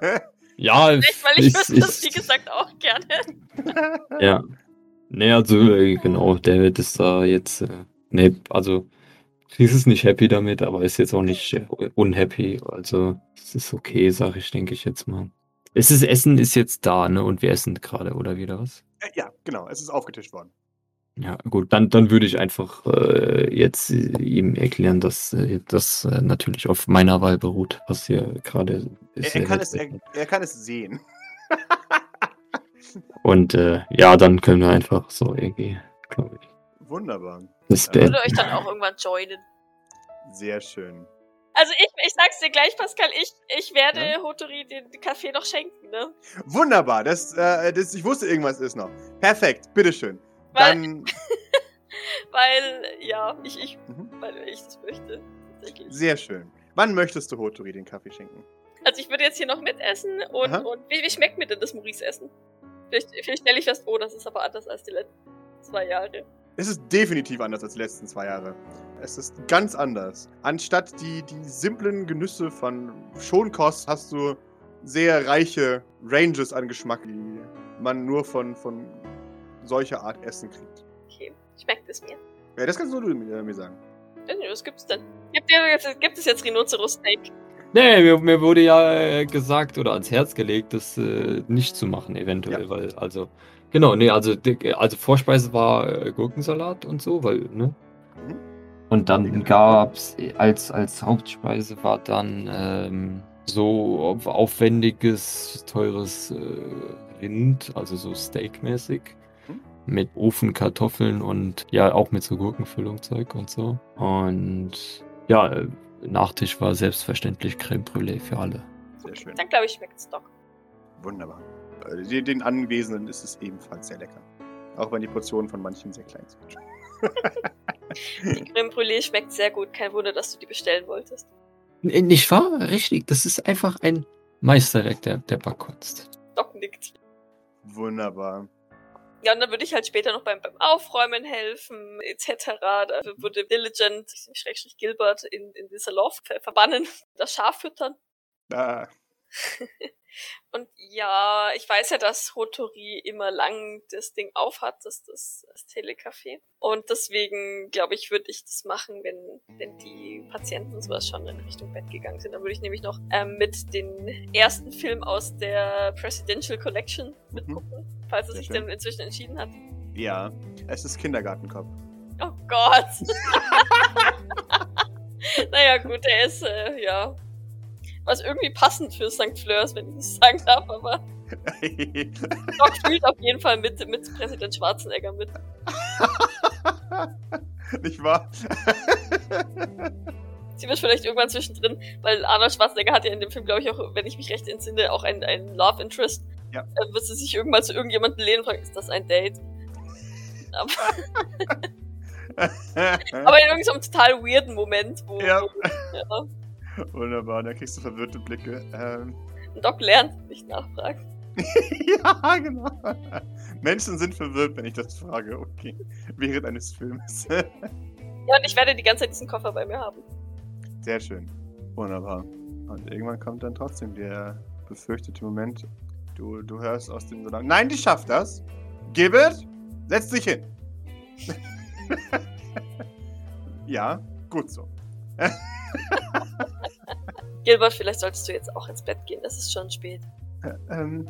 ja,
Echt, weil ich wüsste das, wie gesagt, auch gerne.
Ja. Nee, also äh, genau, David ist da jetzt, äh, nee, also Chris ist nicht happy damit, aber ist jetzt auch nicht äh, unhappy. Also es ist okay, sage ich, denke ich jetzt mal. Es ist Essen ist jetzt da, ne? Und wir essen gerade, oder wieder was?
Äh, ja, genau, es ist aufgetischt worden.
Ja, gut, dann, dann würde ich einfach äh, jetzt äh, ihm erklären, dass äh, das äh, natürlich auf meiner Wahl beruht, was hier gerade
Er,
ist.
er,
äh,
kann es, er, er kann es sehen.
Und äh, ja, dann können wir einfach so irgendwie, glaube ich,
Wunderbar.
das
Ja.
beenden.
Würde euch dann auch irgendwann joinen.
Sehr schön.
Also ich, ich sag's dir gleich, Pascal, ich, ich werde
Ja?
Hotori den Kaffee noch schenken, ne?
Wunderbar, das, äh, das, ich wusste, irgendwas ist noch. Perfekt, bitteschön.
Weil,
Dann
weil ja, ich, ich,
Mhm.
weil ich das möchte. tatsächlich.
sehr schön. Wann möchtest du Hotori den Kaffee schenken?
Also ich würde jetzt hier noch mitessen und,
Aha.
und wie, wie schmeckt mir denn das Maurice-Essen? Vielleicht, vielleicht stelle ich fest, oh, das ist aber anders als die letzten zwei Jahre.
Es ist definitiv anders als die letzten zwei Jahre. Es ist ganz anders. Anstatt die, die simplen Genüsse von Schonkost hast du sehr reiche Ranges an Geschmack, die man nur von, von solcher Art Essen kriegt.
Okay, schmeckt es mir.
Ja, das kannst nur du mir, mir sagen.
Menü, Was gibt's denn? Gibt, ihr jetzt, gibt es jetzt Rhinoceros-Steak?
Nee, mir, mir wurde ja äh, gesagt oder ans Herz gelegt, das äh, nicht zu machen, eventuell, weil, also, genau, nee, also, dick- also Vorspeise war äh, Gurkensalat und so, weil, ne?
Mhm.
Und dann gab's äh, als, als Hauptspeise war dann ähm, so auf- aufwendiges, teures äh, Rind, also so Steakmäßig,
Mhm.
mit Ofenkartoffeln und ja, auch mit so Gurkenfüllung Zeug und so. Und ja, äh, Nachtisch war selbstverständlich Creme Brûlée für alle.
Sehr schön.
Dann glaube ich, schmeckt's doch.
Wunderbar. Äh, Den den Anwesenden ist es ebenfalls sehr lecker. Auch wenn die Portionen von manchen sehr klein sind.
Die Creme Brûlée schmeckt sehr gut. Kein Wunder, dass du die bestellen wolltest.
N- Nicht wahr? Richtig. Das ist einfach ein Meisterwerk der, der Backkunst.
Doc nickt.
Wunderbar.
Ja, und dann würde ich halt später noch beim, beim Aufräumen helfen, etc. Da würde Diligent, Schrägstrich Gilbert, in, in dieser Loft ver verbannen, das Schaf füttern.
Ah,
Und ja, ich weiß ja, dass Rotori immer lang das Ding aufhat, das, das, das Telecafé. Und deswegen, glaube ich, würde ich das machen, wenn, wenn die Patienten und sowas schon in Richtung Bett gegangen sind. Dann würde ich nämlich noch ähm, mit den ersten Film aus der Presidential Collection mitgucken,
Mhm.
falls er
Sehr
sich
schön.
dann inzwischen entschieden hat.
Ja, es ist Kindergartenkopf.
Oh Gott! naja, gut, der ist, äh, ja. Was irgendwie passend für St. Fleurs, wenn ich das sagen darf, aber. Doc spielt auf jeden Fall mit, mit Präsident Schwarzenegger mit.
Nicht wahr?
Sie wird vielleicht irgendwann zwischendrin, weil Arnold Schwarzenegger hat ja in dem Film, glaube ich, auch, wenn ich mich recht entsinne, auch einen, einen Love Interest.
Ja.
Äh, wird sie sich irgendwann zu irgendjemandem lehnen und fragen, ist das ein Date? Aber, aber in irgendeinem total weirden Moment, wo,
Ja.
wo ja,
Wunderbar, da kriegst du verwirrte Blicke. Ähm,
Doc lernt, nicht nachfragen.
ja, genau. Menschen sind verwirrt, wenn ich das frage. Okay. Während eines Filmes.
Ja, und ich werde die ganze Zeit diesen Koffer bei mir haben.
Sehr schön. Wunderbar. Und irgendwann kommt dann trotzdem der befürchtete Moment. Du, du hörst aus dem Salon. Nein, die schafft das. Gilbert, setz dich hin. ja, gut so.
Gilbert, vielleicht solltest du jetzt auch ins Bett gehen, es ist schon spät.
Ähm,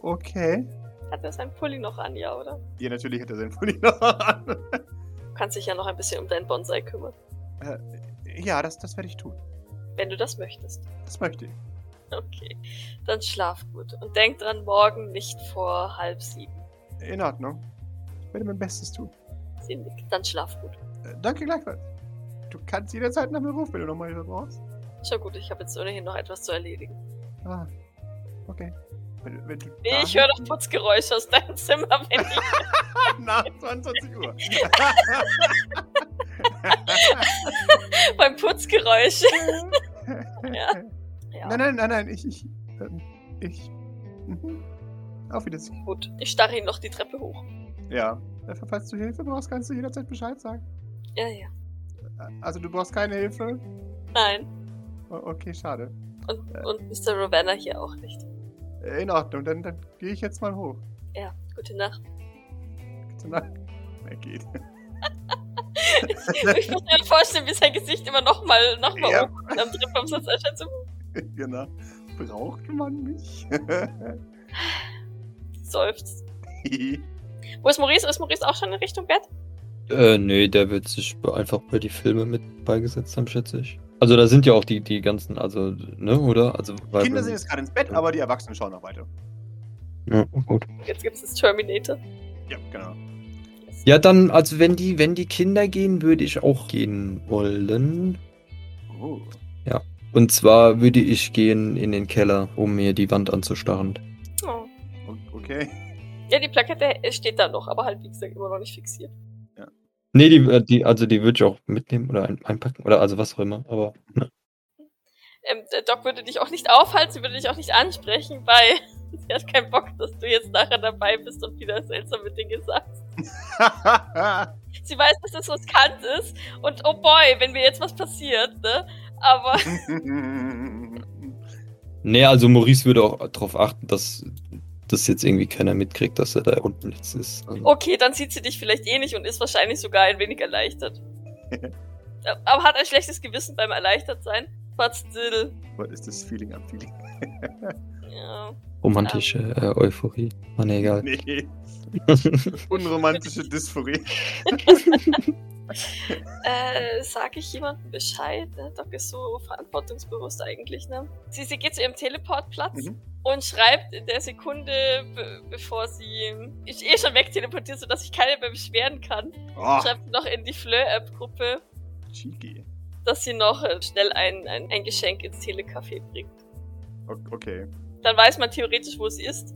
okay.
Hat er seinen Pulli noch an, ja, oder?
Ja, natürlich hat er seinen Pulli noch an.
Du kannst dich ja noch ein bisschen um deinen Bonsai kümmern,
Ja, das, das werde ich tun.
wenn du das möchtest.
Das möchte ich.
Okay, dann schlaf gut und denk dran, morgen nicht vor halb sieben.
In Ordnung. Ich werde mein Bestes tun.
Sie nickt. Dann schlaf gut.
Äh, danke gleichfalls. Du kannst jederzeit nach mir rufen, wenn du nochmal Hilfe brauchst.
Schon gut, ich habe jetzt ohnehin noch etwas zu erledigen.
Ah, okay. Wenn, wenn du
Nee,
da
ich höre
bist-
doch Putzgeräusche aus deinem Zimmer, wenn ich
nach 22 Uhr.
beim Putzgeräusch. ja. ja.
Nein, nein, nein, nein, ich, ich, ähm, ich. Mhm. Auf Wiedersehen.
Gut, ich starre ihn noch die Treppe hoch.
Ja. Äh, Falls du Hilfe brauchst, kannst du jederzeit Bescheid sagen.
Ja, ja.
Äh, Also du brauchst keine Hilfe.
Nein.
O- Okay, schade.
Und, und Mr. Ravenna hier auch nicht.
Äh, In Ordnung, dann, dann gehe ich jetzt mal hoch.
Ja, gute Nacht.
Gute Nacht. Er geht.
Ich muss mir halt vorstellen, wie sein Gesicht immer nochmal noch mal
Ja.
oben am Treppenabsatz erscheint. So,
genau. Braucht man mich?
seufzt. Wo ist Maurice? Ist Maurice auch schon in Richtung Bett?
Äh, nee, der wird sich be- einfach bei die Filme mit beigesetzt haben, schätze ich. Also da sind ja auch die, die ganzen, also, ne, oder? Also, weil
Kinder sind jetzt gerade ins Bett, aber die Erwachsenen schauen noch weiter.
Ja, gut.
Jetzt gibt's das Terminator.
Ja, genau.
Ja, dann, also wenn die, wenn die Kinder gehen, würde ich auch gehen wollen.
Oh.
Und zwar würde ich gehen in den Keller, um mir die Wand anzustarren.
Oh.
O- Okay.
Ja, die Plakette äh, steht da noch, aber halt, wie gesagt, immer noch nicht fixiert.
Nee, die, äh, die also die würde ich auch mitnehmen oder ein, einpacken oder also was auch immer. Aber ne.
Ähm, der Doc würde dich auch nicht aufhalten, sie würde dich auch nicht ansprechen, weil sie hat keinen Bock, dass du jetzt nachher dabei bist und wieder seltsame Dinge sagst. Sie weiß, dass das riskant ist und oh boy, wenn mir jetzt was passiert, ne? Aber
nee, also Maurice würde auch darauf achten, dass das jetzt irgendwie keiner mitkriegt, dass er da unten jetzt ist.
okay, dann sieht sie dich vielleicht eh nicht und ist wahrscheinlich sogar ein wenig erleichtert. Aber hat ein schlechtes Gewissen beim Erleichtertsein. But still.
Was ist das Feeling am Feeling?
Ja.
Romantische äh, Euphorie. Ah, nee, egal.
Nee. Unromantische Dysphorie.
Äh, sage ich jemandem Bescheid? Ne? Doc ist so verantwortungsbewusst eigentlich, ne? Sie, sie geht zu ihrem Teleportplatz
Mhm.
und schreibt in der Sekunde, be bevor sie ich eh schon wegteleportiert, sodass ich keine mehr beschweren kann,
Oh,
schreibt noch in die Fleur-App-Gruppe,
cheeky.
dass sie noch äh, schnell ein, ein, ein Geschenk ins Telecafé bringt.
O- Okay.
Dann weiß man theoretisch, wo sie ist,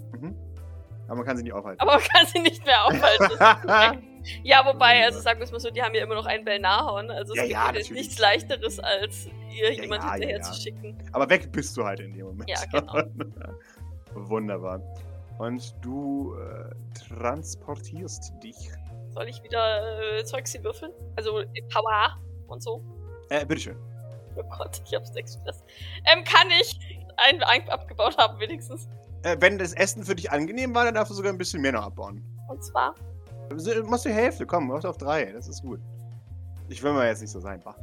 Aber man kann sie nicht aufhalten.
aber man kann sie nicht mehr aufhalten. Das ist korrekt. Ja, wobei, also sagen wir es mal so, die haben ja immer noch einen Bellnahorn. Also es
Ja,
gibt
ja,
ihnen
natürlich.
nichts leichteres, als ihr
Ja,
jemand
ja,
hinterher
ja,
zu
ja.
schicken.
Aber weg bist du halt in dem Moment.
Ja, genau.
Wunderbar. Und du äh, transportierst dich.
Soll ich wieder äh, Zeugs hier würfeln? Also in Power und so.
Äh, bitteschön.
Oh Gott, ich hab's express. Ähm, kann ich einen ein abgebaut haben wenigstens?
Äh, wenn das Essen für dich angenehm war, dann darfst du sogar ein bisschen mehr noch abbauen.
Und zwar,
Du machst die Hälfte, komm, machst auf drei, das ist gut. Ich will mal jetzt nicht so sein, wa?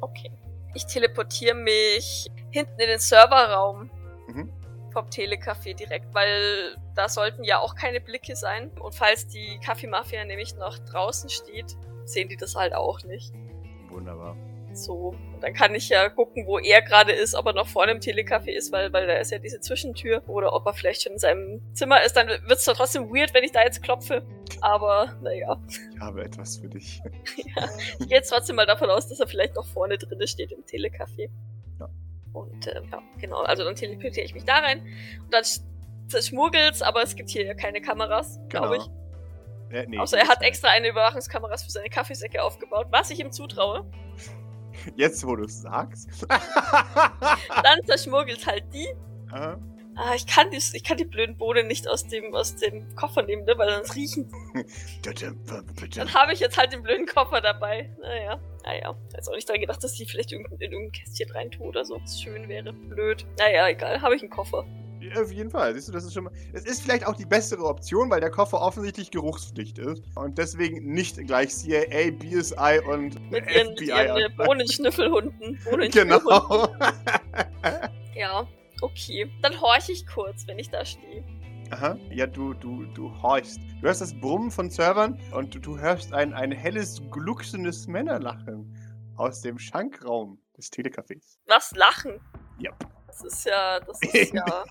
okay. Ich teleportiere mich hinten in den Serverraum
Mhm.
vom Telecafé direkt, weil da sollten ja auch keine Blicke sein. Und falls die Kaffeemafia nämlich noch draußen steht, sehen die das halt auch nicht.
Wunderbar.
So. Und dann kann ich ja gucken, wo er gerade ist, ob er noch vorne im Telecafé ist, weil, weil da ist ja diese Zwischentür. Oder ob er vielleicht schon in seinem Zimmer ist. Dann wird's doch trotzdem weird, wenn ich da jetzt klopfe. Aber naja.
Ich habe etwas für dich.
Ich gehe jetzt trotzdem mal davon aus, dass er vielleicht noch vorne drin steht im Telecafé.
Ja.
Und äh, ja, genau. Also dann teleportiere ich mich da rein. Und dann sch das schmuggelt's, aber es gibt hier ja keine Kameras, glaube ich.
Äh, Genau. nee,
Außer er hat extra eine Überwachungskameras für seine Kaffeesäcke aufgebaut, was ich ihm zutraue.
Jetzt, wo du es sagst. Ah.
Dann zerschmuggelt halt die.
Aha.
Ah, ich kann die, ich kann die blöden Bohnen nicht aus dem, aus dem Koffer nehmen, ne, weil sonst riechen. Dann habe ich jetzt halt den blöden Koffer dabei. Naja, naja. Jetzt auch nicht dran gedacht, dass die vielleicht irgendein, in irgendein Kästchen reintue oder so. Was schön wäre. Blöd. Naja, egal. Habe ich einen Koffer.
Ja, Auf jeden Fall, siehst du, das ist schon mal. Es ist vielleicht auch die bessere Option, weil der Koffer offensichtlich geruchspflicht ist und deswegen nicht gleich CIA, BSI und
Mit ihren, mit
FBI.
ihren äh,
anfangen.
Bohnenschnüffelhunden. Bohnenschnüffelhunden.
genau.
Ja, okay. Dann horche ich kurz, wenn ich da stehe.
Aha. Ja, du, du, du horchst. Du hörst das Brummen von Servern und du, du hörst ein, ein helles, glucksendes Männerlachen aus dem Schankraum des Telecafés.
Was lachen?
Ja.
Das ist ja, das ist ja.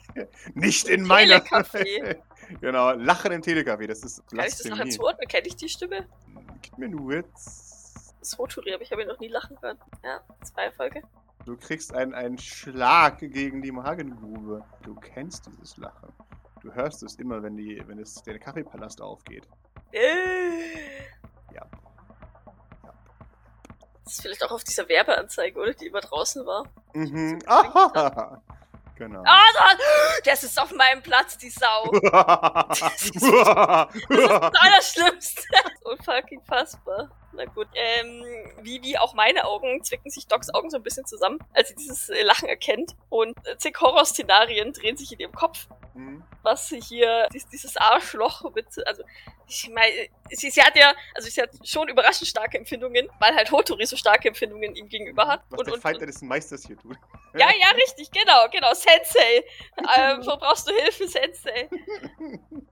Nicht in meiner.
Telecafé.
genau, Lachen im Telecafé, das ist
Kann ich das nachher
Blasphemie.
zuordnen? Kenne ich die Stimme?
Gib mir nur jetzt.
Das ist Roturi, aber ich habe ihn noch nie lachen hören. Ja, zwei Erfolge.
Du kriegst einen, einen Schlag gegen die Magengrube. Du kennst dieses Lachen. Du hörst es immer, wenn, die, wenn es der Kaffeepalast aufgeht.
Äh.
Ja.
Das ist vielleicht auch auf dieser Werbeanzeige, oder? Die immer draußen war.
Mhm. Ah, genau.
Ah, da, das ist auf meinem Platz, die Sau. Ah. Das ist allerschlimmste. Unfucking fassbar. Na gut. Ähm, wie, wie auch meine Augen zwicken sich Docs Augen so ein bisschen zusammen, als sie dieses äh, Lachen erkennt. Und äh, zig Horrorszenarien drehen sich in ihrem Kopf.
Mhm.
Was sie hier, dies, dieses Arschloch mit, also, ich meine, sie, sie hat ja, also sie hat schon überraschend starke Empfindungen, weil halt Hotori so starke Empfindungen ihm gegenüber hat.
Was der Feind deines Meisters hier tut.
Ja, ja, richtig, genau, genau. Sensei. Ähm, wo brauchst du Hilfe, Sensei?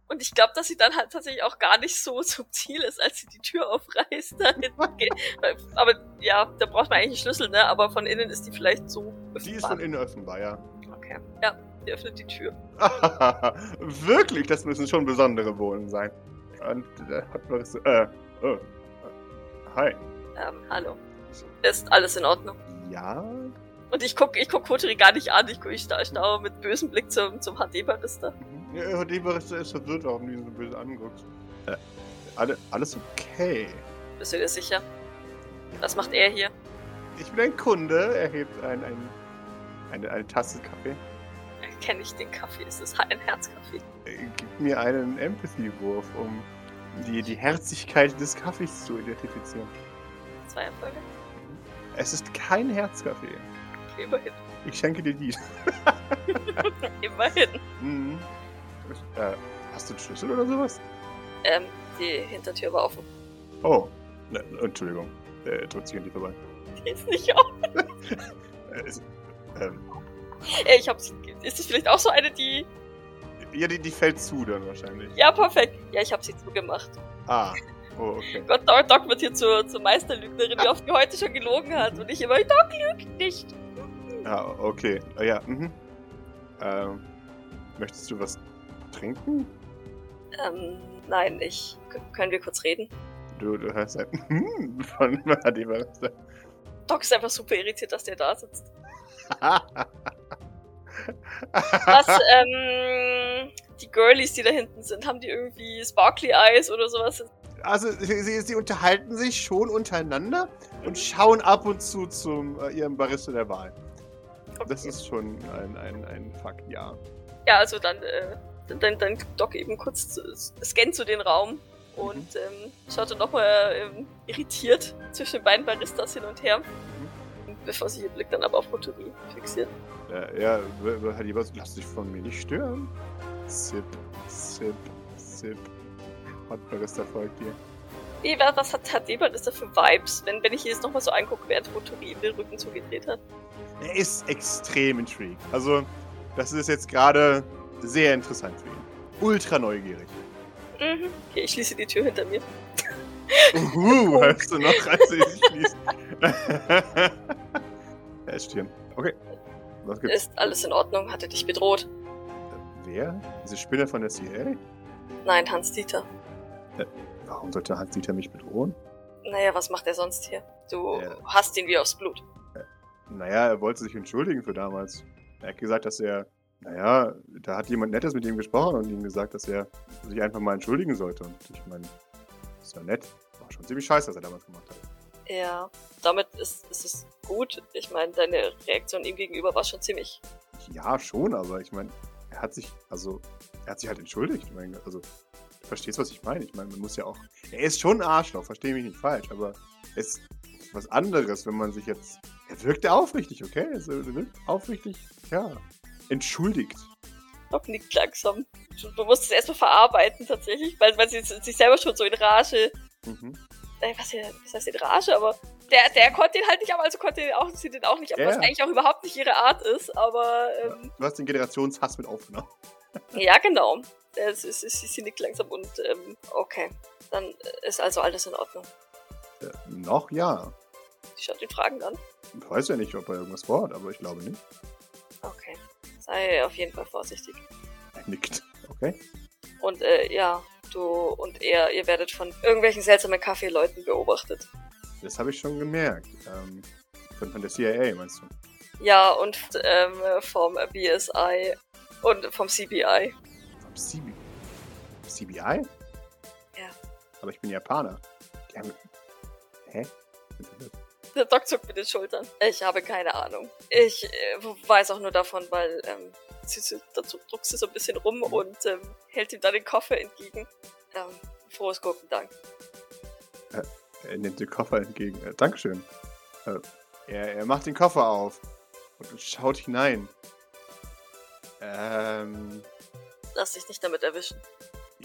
Und ich glaube, dass sie dann halt tatsächlich auch gar nicht so subtil ist, als sie die Tür aufreißt. Da hinten geht. Aber ja, da braucht man eigentlich einen Schlüssel, ne? Aber von innen ist die vielleicht so.
Die ist von innen öffnbar, ja.
Okay. Ja, die öffnet die Tür.
Wirklich, das müssen schon besondere Bohnen sein. Und da hat man so, äh, äh, hi.
Ähm, hallo. Ist alles in Ordnung.
Ja,
Und ich guck, ich guck Koteri gar nicht an. Ich, guck, ich sta- starre mit bösem Blick zum, zum HD-Barista.
Ja, Debarista ist verwirrt, warum du ihn so böse anguckst. Äh, alle, alles okay.
Bist du dir sicher? Was macht er hier?
Ich bin ein Kunde, er hebt ein, ein, eine, eine Tasse Kaffee.
Kenne ich den Kaffee? Ist das ein Herzkaffee?
Äh, Gib mir einen Empathy-Wurf, um die, die Herzigkeit des Kaffees zu identifizieren.
Zwei Erfolge?
Es ist kein Herzkaffee.
Okay, immerhin.
Ich schenke dir die.
Immerhin.
Mhm. Äh, hast du einen Schlüssel oder sowas?
Ähm, die Hintertür war offen.
Oh, ne, Entschuldigung. Äh, drückt sich an die vorbei.
Die ist nicht offen.
Äh, es- ähm,
Äh, Ich hab's. Ist das vielleicht auch so eine, die.
ja, die, die fällt zu dann wahrscheinlich.
Ja, perfekt. Ja, ich hab sie zugemacht.
Ah, oh, okay.
Gott, Doc, Doc wird hier zur, zur Meisterlügnerin, wie oft die heute schon gelogen hat. Und ich immer, Doc lügt nicht.
Ah, okay. Ah, ja, mhm. Ähm, möchtest du was trinken?
Ähm, nein, ich. k- Können wir kurz reden?
Du, du hörst ein Hm von Adibarista.
Doc ist einfach super irritiert, dass der da sitzt. Was, ähm. Die Girlies, die da hinten sind, haben die irgendwie Sparkly Eyes oder sowas?
also sie, sie, sie unterhalten sich schon untereinander und schauen ab und zu zum äh, ihrem Barista der Wahl. Das ist schon ein, ein, ein Fakt, ja.
Ja, also dann, äh, dann, dann, dann Doc eben kurz zu, scannt zu den Raum und ähm, schaut dann nochmal ähm, irritiert zwischen den beiden Baristas hin und her. Bevor sich ihr Blick dann aber auf Motori fixiert.
Äh, ja, w- w- Herr Liebers, lass dich von mir nicht stören. Zip, zip, zip. Hot Barista folgt dir.
Wie, wa- was hat, hat jemand ist da für Vibes, wenn, wenn ich ihr jetzt nochmal so angucke, während Motori ihm den Rücken zugedreht hat?
Er ist extrem intrigued. Also, das ist jetzt gerade sehr interessant für ihn. Ultra neugierig.
Mhm. Okay, ich schließe die Tür hinter mir.
Uhu, Uh, hörst du noch, als sie sich schließt? er ist hier. Okay. Was gibt's?
Ist alles in Ordnung? Hat er dich bedroht?
Wer? Diese Spinne von der CIA?
Nein, Hans-Dieter.
Warum sollte Hans-Dieter mich bedrohen?
Naja, was macht er sonst hier? Du
Ja.
hast ihn wie aufs Blut.
Naja, er wollte sich entschuldigen für damals. Er hat gesagt, dass er, naja, da hat jemand Nettes mit ihm gesprochen und ihm gesagt, dass er sich einfach mal entschuldigen sollte. Und ich meine, ist ja nett. War schon ziemlich scheiße, was er damals gemacht hat.
Ja, damit ist, ist es gut. Ich meine, deine Reaktion ihm gegenüber war schon ziemlich.
Ja, schon, aber ich meine, er hat sich, also, er hat sich halt entschuldigt. Ich mein, also, du verstehst, was ich meine. Ich meine, man muss ja auch, er ist schon ein Arschloch, verstehe mich nicht falsch, aber es ist was anderes, wenn man sich jetzt, er wirkte aufrichtig, okay? Also, er wirkt aufrichtig, ja, entschuldigt.
Doc nickt langsam. Du musst es erstmal verarbeiten, tatsächlich, weil, weil sie sich selber schon so in Rage.
Mhm.
Äh, was, hier, was heißt in Rage? Aber der, der konnte ihn halt nicht ab, also konnte ihn auch, sie den auch nicht ab,
Ja,
was
ja.
eigentlich auch überhaupt nicht ihre Art ist, aber. Ähm,
Du hast den Generationshass mit ne? aufgenommen.
ja, genau. Äh, Sie, sie, sie sie nickt langsam und. Ähm, okay. Dann äh, ist also alles in Ordnung.
Äh, noch ja.
Sie schaut ihn fragend an.
Ich weiß ja nicht, ob er irgendwas vorhat, aber ich glaube nicht.
Okay. Sei auf jeden Fall vorsichtig.
Er nickt. Okay.
Und äh, ja, du und er, ihr werdet von irgendwelchen seltsamen Kaffeeleuten beobachtet.
Das habe ich schon gemerkt. Ähm, von, von der CIA, meinst du?
Ja, und ähm, vom BSI und vom CBI.
Vom CB CBI?
Ja.
Aber ich bin Japaner. Die haben... Hä?
Der Doc zuckt mit den Schultern. Ich habe keine Ahnung. Ich äh, weiß auch nur davon, weil ähm, sie, sie, dazu druckst sie so ein bisschen rum und ähm, hält ihm dann den Koffer entgegen. Ähm, frohes Gucken, Dank.
Er nimmt den Koffer entgegen. Äh, Dankeschön. Äh, er, er macht den Koffer auf und schaut hinein. Ähm...
Lass dich nicht damit erwischen.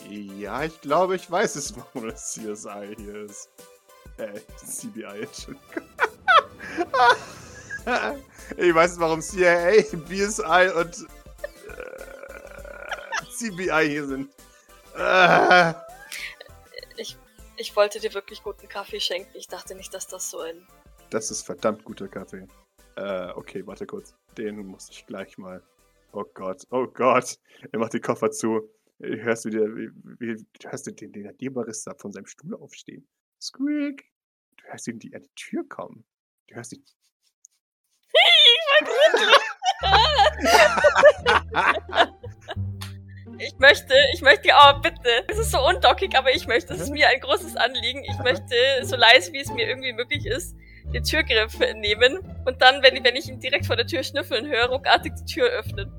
Ja, ich glaube, ich weiß es, warum das CSI hier ist. Äh, CBI, Entschuldigung. ich weiß, warum CIA, BSI und äh, CBI hier sind. Äh,
Ich wollte dir wirklich guten Kaffee schenken. Ich dachte nicht, dass das so ein...
das ist verdammt guter Kaffee. Äh, okay, warte kurz. Den muss ich gleich mal. Oh Gott, oh Gott. Er macht den Koffer zu. Äh, Hörst du dir, wie, wie, du hörst du den, den Radierbarista von seinem Stuhl aufstehen? Squeak. Du hörst ihn die, an die Tür kommen. Du hörst ihn.
Ich möchte, ich möchte, oh bitte. Es ist so undockig, aber ich möchte, es ist mir ein großes Anliegen. Ich möchte, so leise wie es mir irgendwie möglich ist, den Türgriff nehmen und dann, wenn, wenn ich ihn direkt vor der Tür schnüffeln höre, ruckartig die Tür öffnen.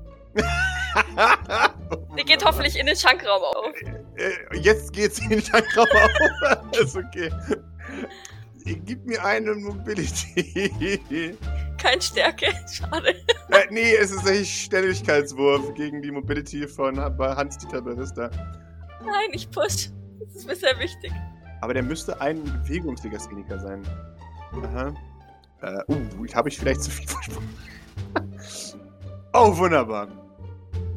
Der geht hoffentlich in den Schankraum auf.
Äh, jetzt geht's in den Tankraum auf. ist okay. Äh, Gib mir eine Mobility.
Kein Stärke, schade.
Äh, nee, es ist tatsächlich Schnelligkeitswurf gegen die Mobility von Ha- bei Hans-Dieter Barista.
Nein, ich push. Das ist mir sehr wichtig.
Aber der müsste ein Bewegungslegastheniker sein. Aha. Äh, uh, habe ich vielleicht zu viel versprochen. oh, wunderbar.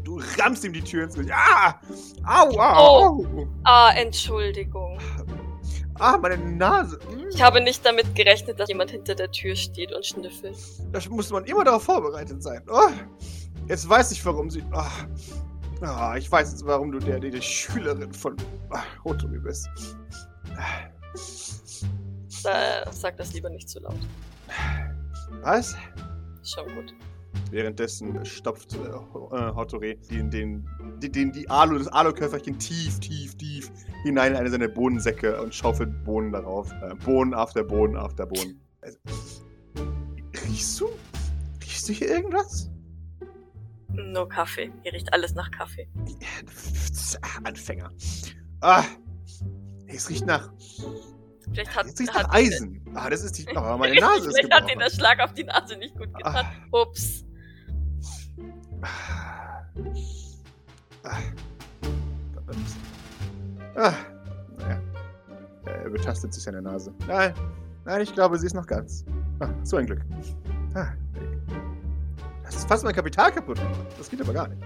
Du rammst ihm die Tür ins Gesicht. Ah! Au, au, au!
Ah, Entschuldigung.
Ah, meine Nase. Mm,
Ich habe nicht damit gerechnet, dass jemand hinter der Tür steht und schnüffelt.
Da muss man immer darauf vorbereitet sein. Oh, jetzt weiß ich, warum sie. Ah, Ah, ich weiß jetzt, warum du der, die, die Schülerin von ah, Hotomi bist. Ah.
Da sag das lieber nicht zu laut.
Was?
Schon gut.
Währenddessen stopft äh, Ho- äh, Hottore den, den, den, den, die Alu, das Aluköfferchen tief, tief, tief hinein in eine seiner Bohnensäcke und schaufelt Bohnen darauf. Äh, Bohnen auf der Bohnen auf der Bohnen. Also, riechst du? Riechst du hier irgendwas?
Nur Kaffee. Hier riecht alles nach Kaffee.
Anfänger. Ah, es riecht nach,
Vielleicht hat,
es riecht
hat
nach Eisen. Ah, das ist die. Oh, meine Nase ist
Vielleicht hat ihn
gebrochen.
der Schlag auf die Nase nicht gut getan. Ups.
Ah. Ah. Ups. Ah. Naja. Er betastet sich an der Nase. Nein. Nein, ich glaube, sie ist noch ganz. Ah, so ein Glück. Ah. Das ist fast mein Kapital kaputt. gemacht. Das geht aber gar nicht.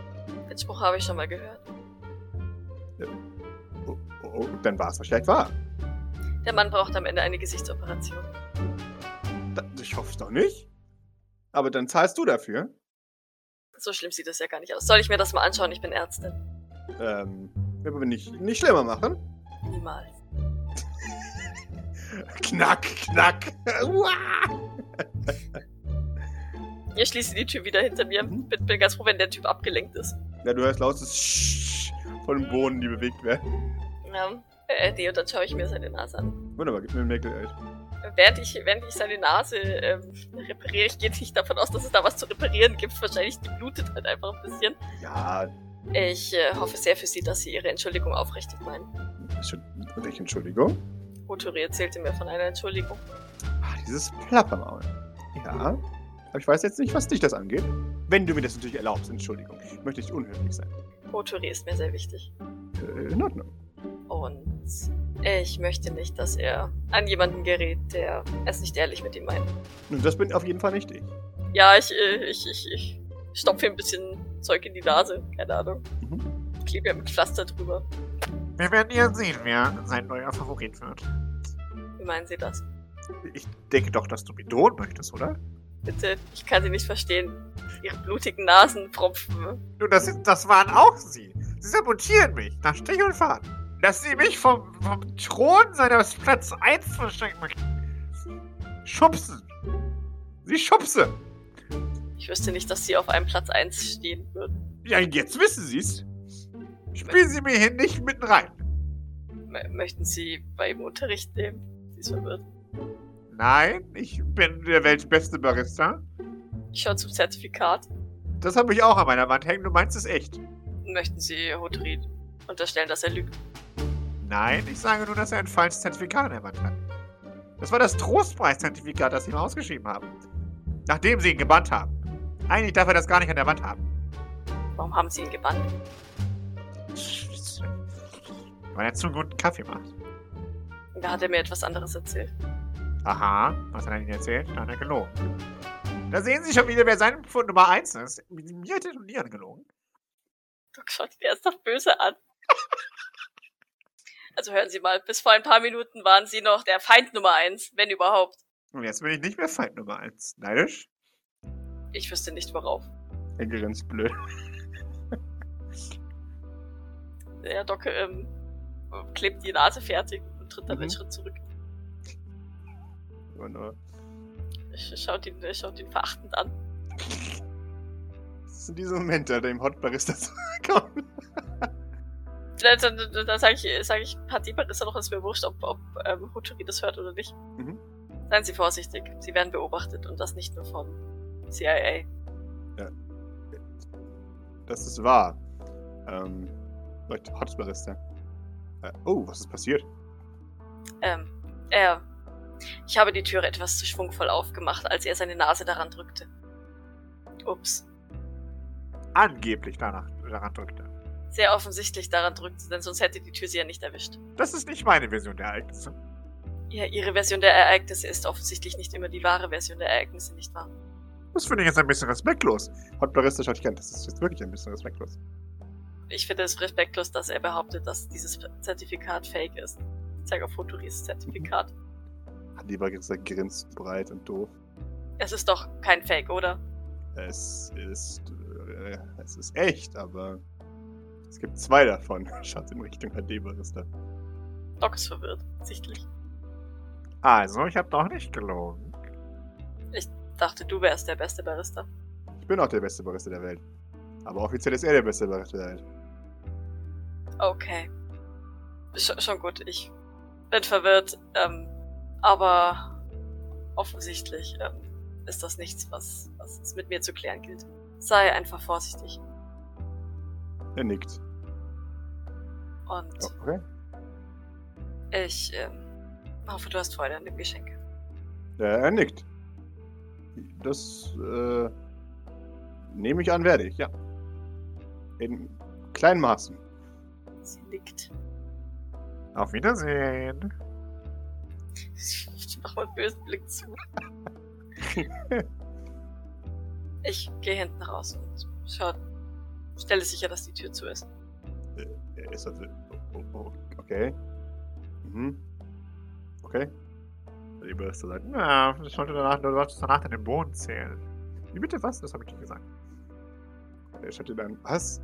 Den Spruch habe ich schon mal gehört.
Oh, oh, oh, dann war es vielleicht wahr.
Der Mann braucht am Ende eine Gesichtsoperation.
Da- Ich hoffe es doch nicht. Aber dann zahlst du dafür.
So schlimm sieht das ja gar nicht aus. Soll ich mir das mal anschauen? Ich bin Ärztin.
Ähm, aber nicht, nicht schlimmer machen.
Niemals.
Knack, knack. Uah.
Ihr schließt die Tür wieder hinter mir.
Mhm.
Bin, bin ganz froh, wenn der Typ abgelenkt ist.
ja, du hörst lautes Sch von den Bohnen, die bewegt werden.
Ja. Äh, nee, und dann schaue ich mir seine Nase an.
Wunderbar, gib mir ein Merkel Aid.
Während ich, während ich seine Nase ähm, repariere, ich gehe nicht davon aus, dass es da was zu reparieren gibt. Wahrscheinlich die blutet halt einfach ein bisschen.
Ja,
Ich äh, hoffe sehr für Sie, dass Sie Ihre Entschuldigung aufrichtig meinen.
Entschu- welche Entschuldigung?
Hotori erzählte mir von einer Entschuldigung.
Ah, dieses Plappermaul. Ja, aber ich weiß jetzt nicht, was dich das angeht. Wenn du mir das natürlich erlaubst, Entschuldigung. Ich möchte nicht unhöflich sein.
Hotori ist mir sehr wichtig.
Äh, in Ordnung.
Und ich möchte nicht, dass er an jemanden gerät, der es nicht ehrlich mit ihm meint.
Nun, das bin auf jeden Fall nicht ich.
Ja, ich, äh, ich, ich, ich stopfe ihm ein bisschen Zeug in die Nase. Keine Ahnung. Klebe ihm ein Pflaster drüber.
Wir werden ja sehen, wer sein neuer Favorit wird.
Wie meinen Sie das?
Ich denke doch, dass du mich drohen möchtest, oder?
Bitte, ich kann Sie nicht verstehen. Ihre blutigen Nasen propfen.
Nun, das, ist- das waren auch sie. Sie sabotieren mich nach Stich und Faden. Dass sie mich vom, vom Thron seines Platz 1 verstecken möchten. Schubsen. Sie schubsen.
Ich wüsste nicht, dass Sie auf einem Platz 1 stehen würden.
Ja, jetzt wissen sie's. Spielen sie mir hier nicht mitten rein.
M möchten Sie bei ihm Unterricht nehmen? Sie ist verwirrt.
Nein, ich bin der weltbeste Barista.
Ich schaue zum Zertifikat.
Das habe ich auch an meiner Wand hängen. Du meinst es echt.
Möchten Sie Hotori unterstellen, dass er lügt?
Nein, ich sage nur, dass er ein falsches Zertifikat an der Wand hat. Das war das Trostpreiszertifikat, das sie ihm ausgeschrieben haben. Nachdem sie ihn gebannt haben. Eigentlich darf er das gar nicht an der Wand haben.
Warum haben Sie ihn gebannt?
Weil er zu guten Kaffee macht.
Da hat er mir etwas anderes erzählt.
Aha, was hat er Ihnen erzählt? Da hat er gelogen. Da sehen Sie schon wieder, wer sein Pfund Nummer 1 ist. Mir hat er noch nie angelogen.
Doc schaut ihn ernsthaft böse an. Also hören Sie mal, bis vor ein paar Minuten waren Sie noch der Feind Nummer eins, wenn überhaupt.
Und jetzt bin ich nicht mehr Feind Nummer 1. Neidisch?
Ich wüsste nicht worauf.
Enkel ganz blöd.
Der Doc ähm, klebt die Nase fertig und tritt dann
Mhm.
einen Schritt zurück.
Oh
Wunderbar.
Sch- Schaut ihn, äh, schaut ihn verachtend an.
Das ist in diesem Moment, da dem Hot Barista zurückkommt.
Da, da, da, da sage ich, sag ich Patibert ist ja noch, ist mir wurscht, ob, ob ähm, Hotori das hört oder nicht.
Mhm.
Seien Sie vorsichtig, Sie werden beobachtet und das nicht nur von CIA.
Das ist wahr. Ähm, sagt Hot Barista. Äh, oh, was ist passiert?
Ähm, er. Ich habe die Türe etwas zu schwungvoll aufgemacht, als er seine Nase daran drückte. Ups.
Angeblich danach, daran drückte.
Sehr offensichtlich daran drückte, denn sonst hätte die Tür sie ja nicht erwischt.
Das ist nicht meine Version der Ereignisse.
Ja, ihre Version der Ereignisse ist offensichtlich nicht immer die wahre Version der Ereignisse, nicht wahr?
Das finde ich jetzt ein bisschen respektlos.
Hot Barista schaut dich an. Das ist jetzt wirklich ein bisschen respektlos.
Ich finde es respektlos, dass er behauptet, dass dieses Zertifikat fake ist. Ich zeige auf Futuris Zertifikat.
Hat die Barista grinst breit und doof.
Es ist doch kein Fake, oder?
Es ist, äh, es ist echt, aber es gibt zwei davon. Schaut in Richtung HD-Barista.
Doc ist verwirrt, sichtlich.
Also, ich habe doch nicht gelogen.
Dachte, du wärst der beste Barista.
bin auch der beste Barista der Welt. Aber offiziell ist er der beste Barista der Welt.
Okay. Sch schon gut, ich bin verwirrt, ähm, aber offensichtlich ähm, ist das nichts, was, was es mit mir zu klären gilt. Sei einfach vorsichtig.
Er nickt.
Oh,
Und
Okay.
ich ähm, hoffe, du hast Freude an dem Geschenk.
Ja, Äh, er nickt. Das äh, nehme ich an, werde ich, ja. In kleinen Maßen.
Sie nickt.
Auf Wiedersehen.
Ich mach mal einen bösen Blick zu. ich gehe hinten raus und schau, stelle sicher, dass die Tür zu ist.
Er Ist das, oh, oh, okay. Mhm. Okay. Die Barista sagt,
Ja, ich sollte danach, du solltest danach deinen Boden zählen. Wie bitte was? Das habe ich nicht gesagt.
er schreibt ihm ein, was?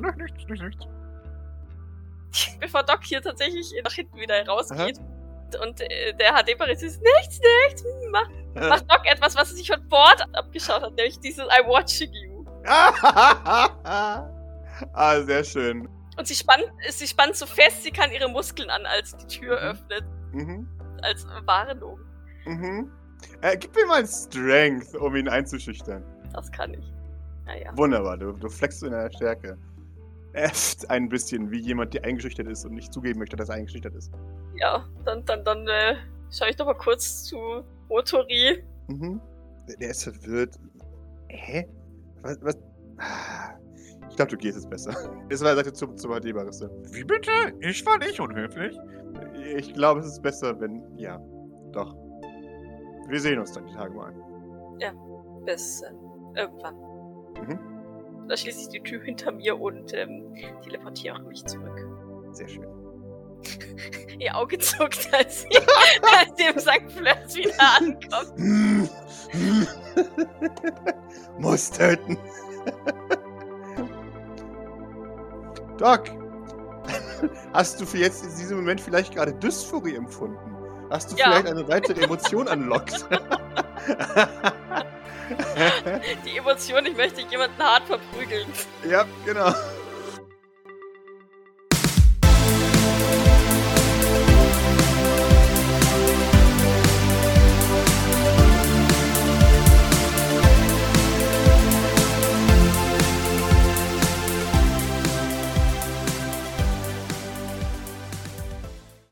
Nichts, nichts, nichts, nichts.
Bevor Doc hier tatsächlich nach hinten wieder rausgeht und äh, der hd paris ist nichts, nichts, hm, macht, macht Doc etwas, was er sich von Bord abgeschaut hat, nämlich dieses I'm watching you.
ah, sehr schön.
Und sie spannt, sie spannt so fest, sie kann ihre Muskeln an, als die Tür öffnet,
Mhm.
als um. Wahrnehmung.
Mhm. Äh, gib mir mal ein Strength, um ihn einzuschüchtern.
Das kann ich. Naja.
Wunderbar, du, du flexst in deiner Stärke. Äfft ein bisschen, wie jemand, der eingeschüchtert ist und nicht zugeben möchte, dass er eingeschüchtert ist.
Ja, dann, dann, dann äh, schaue ich doch mal kurz zu Motori.
Mhm. Der- Der ist verwirrt. Hä? Was? was? Ah. Ich glaube, du gehst jetzt besser. Das war, sagte zum, zum AD-Barista.
Wie bitte? Ich war nicht unhöflich.
Ich glaube, es ist besser, wenn. Ja, doch. Wir sehen uns dann die Tage mal.
Bis äh, irgendwann.
Mhm.
Da schließe ich die Tür hinter mir und ähm, teleportiere mich zurück.
Sehr schön.
Ihr Auge zuckt, als sie als sie im St. Flörs wieder ankommt.
Muss töten. Doc, hast du für jetzt in diesem Moment vielleicht gerade Dysphorie empfunden? Hast du
Ja.
vielleicht eine weitere Emotion anlockt?
Die Emotion, ich möchte jemanden hart verprügeln.
ja, genau.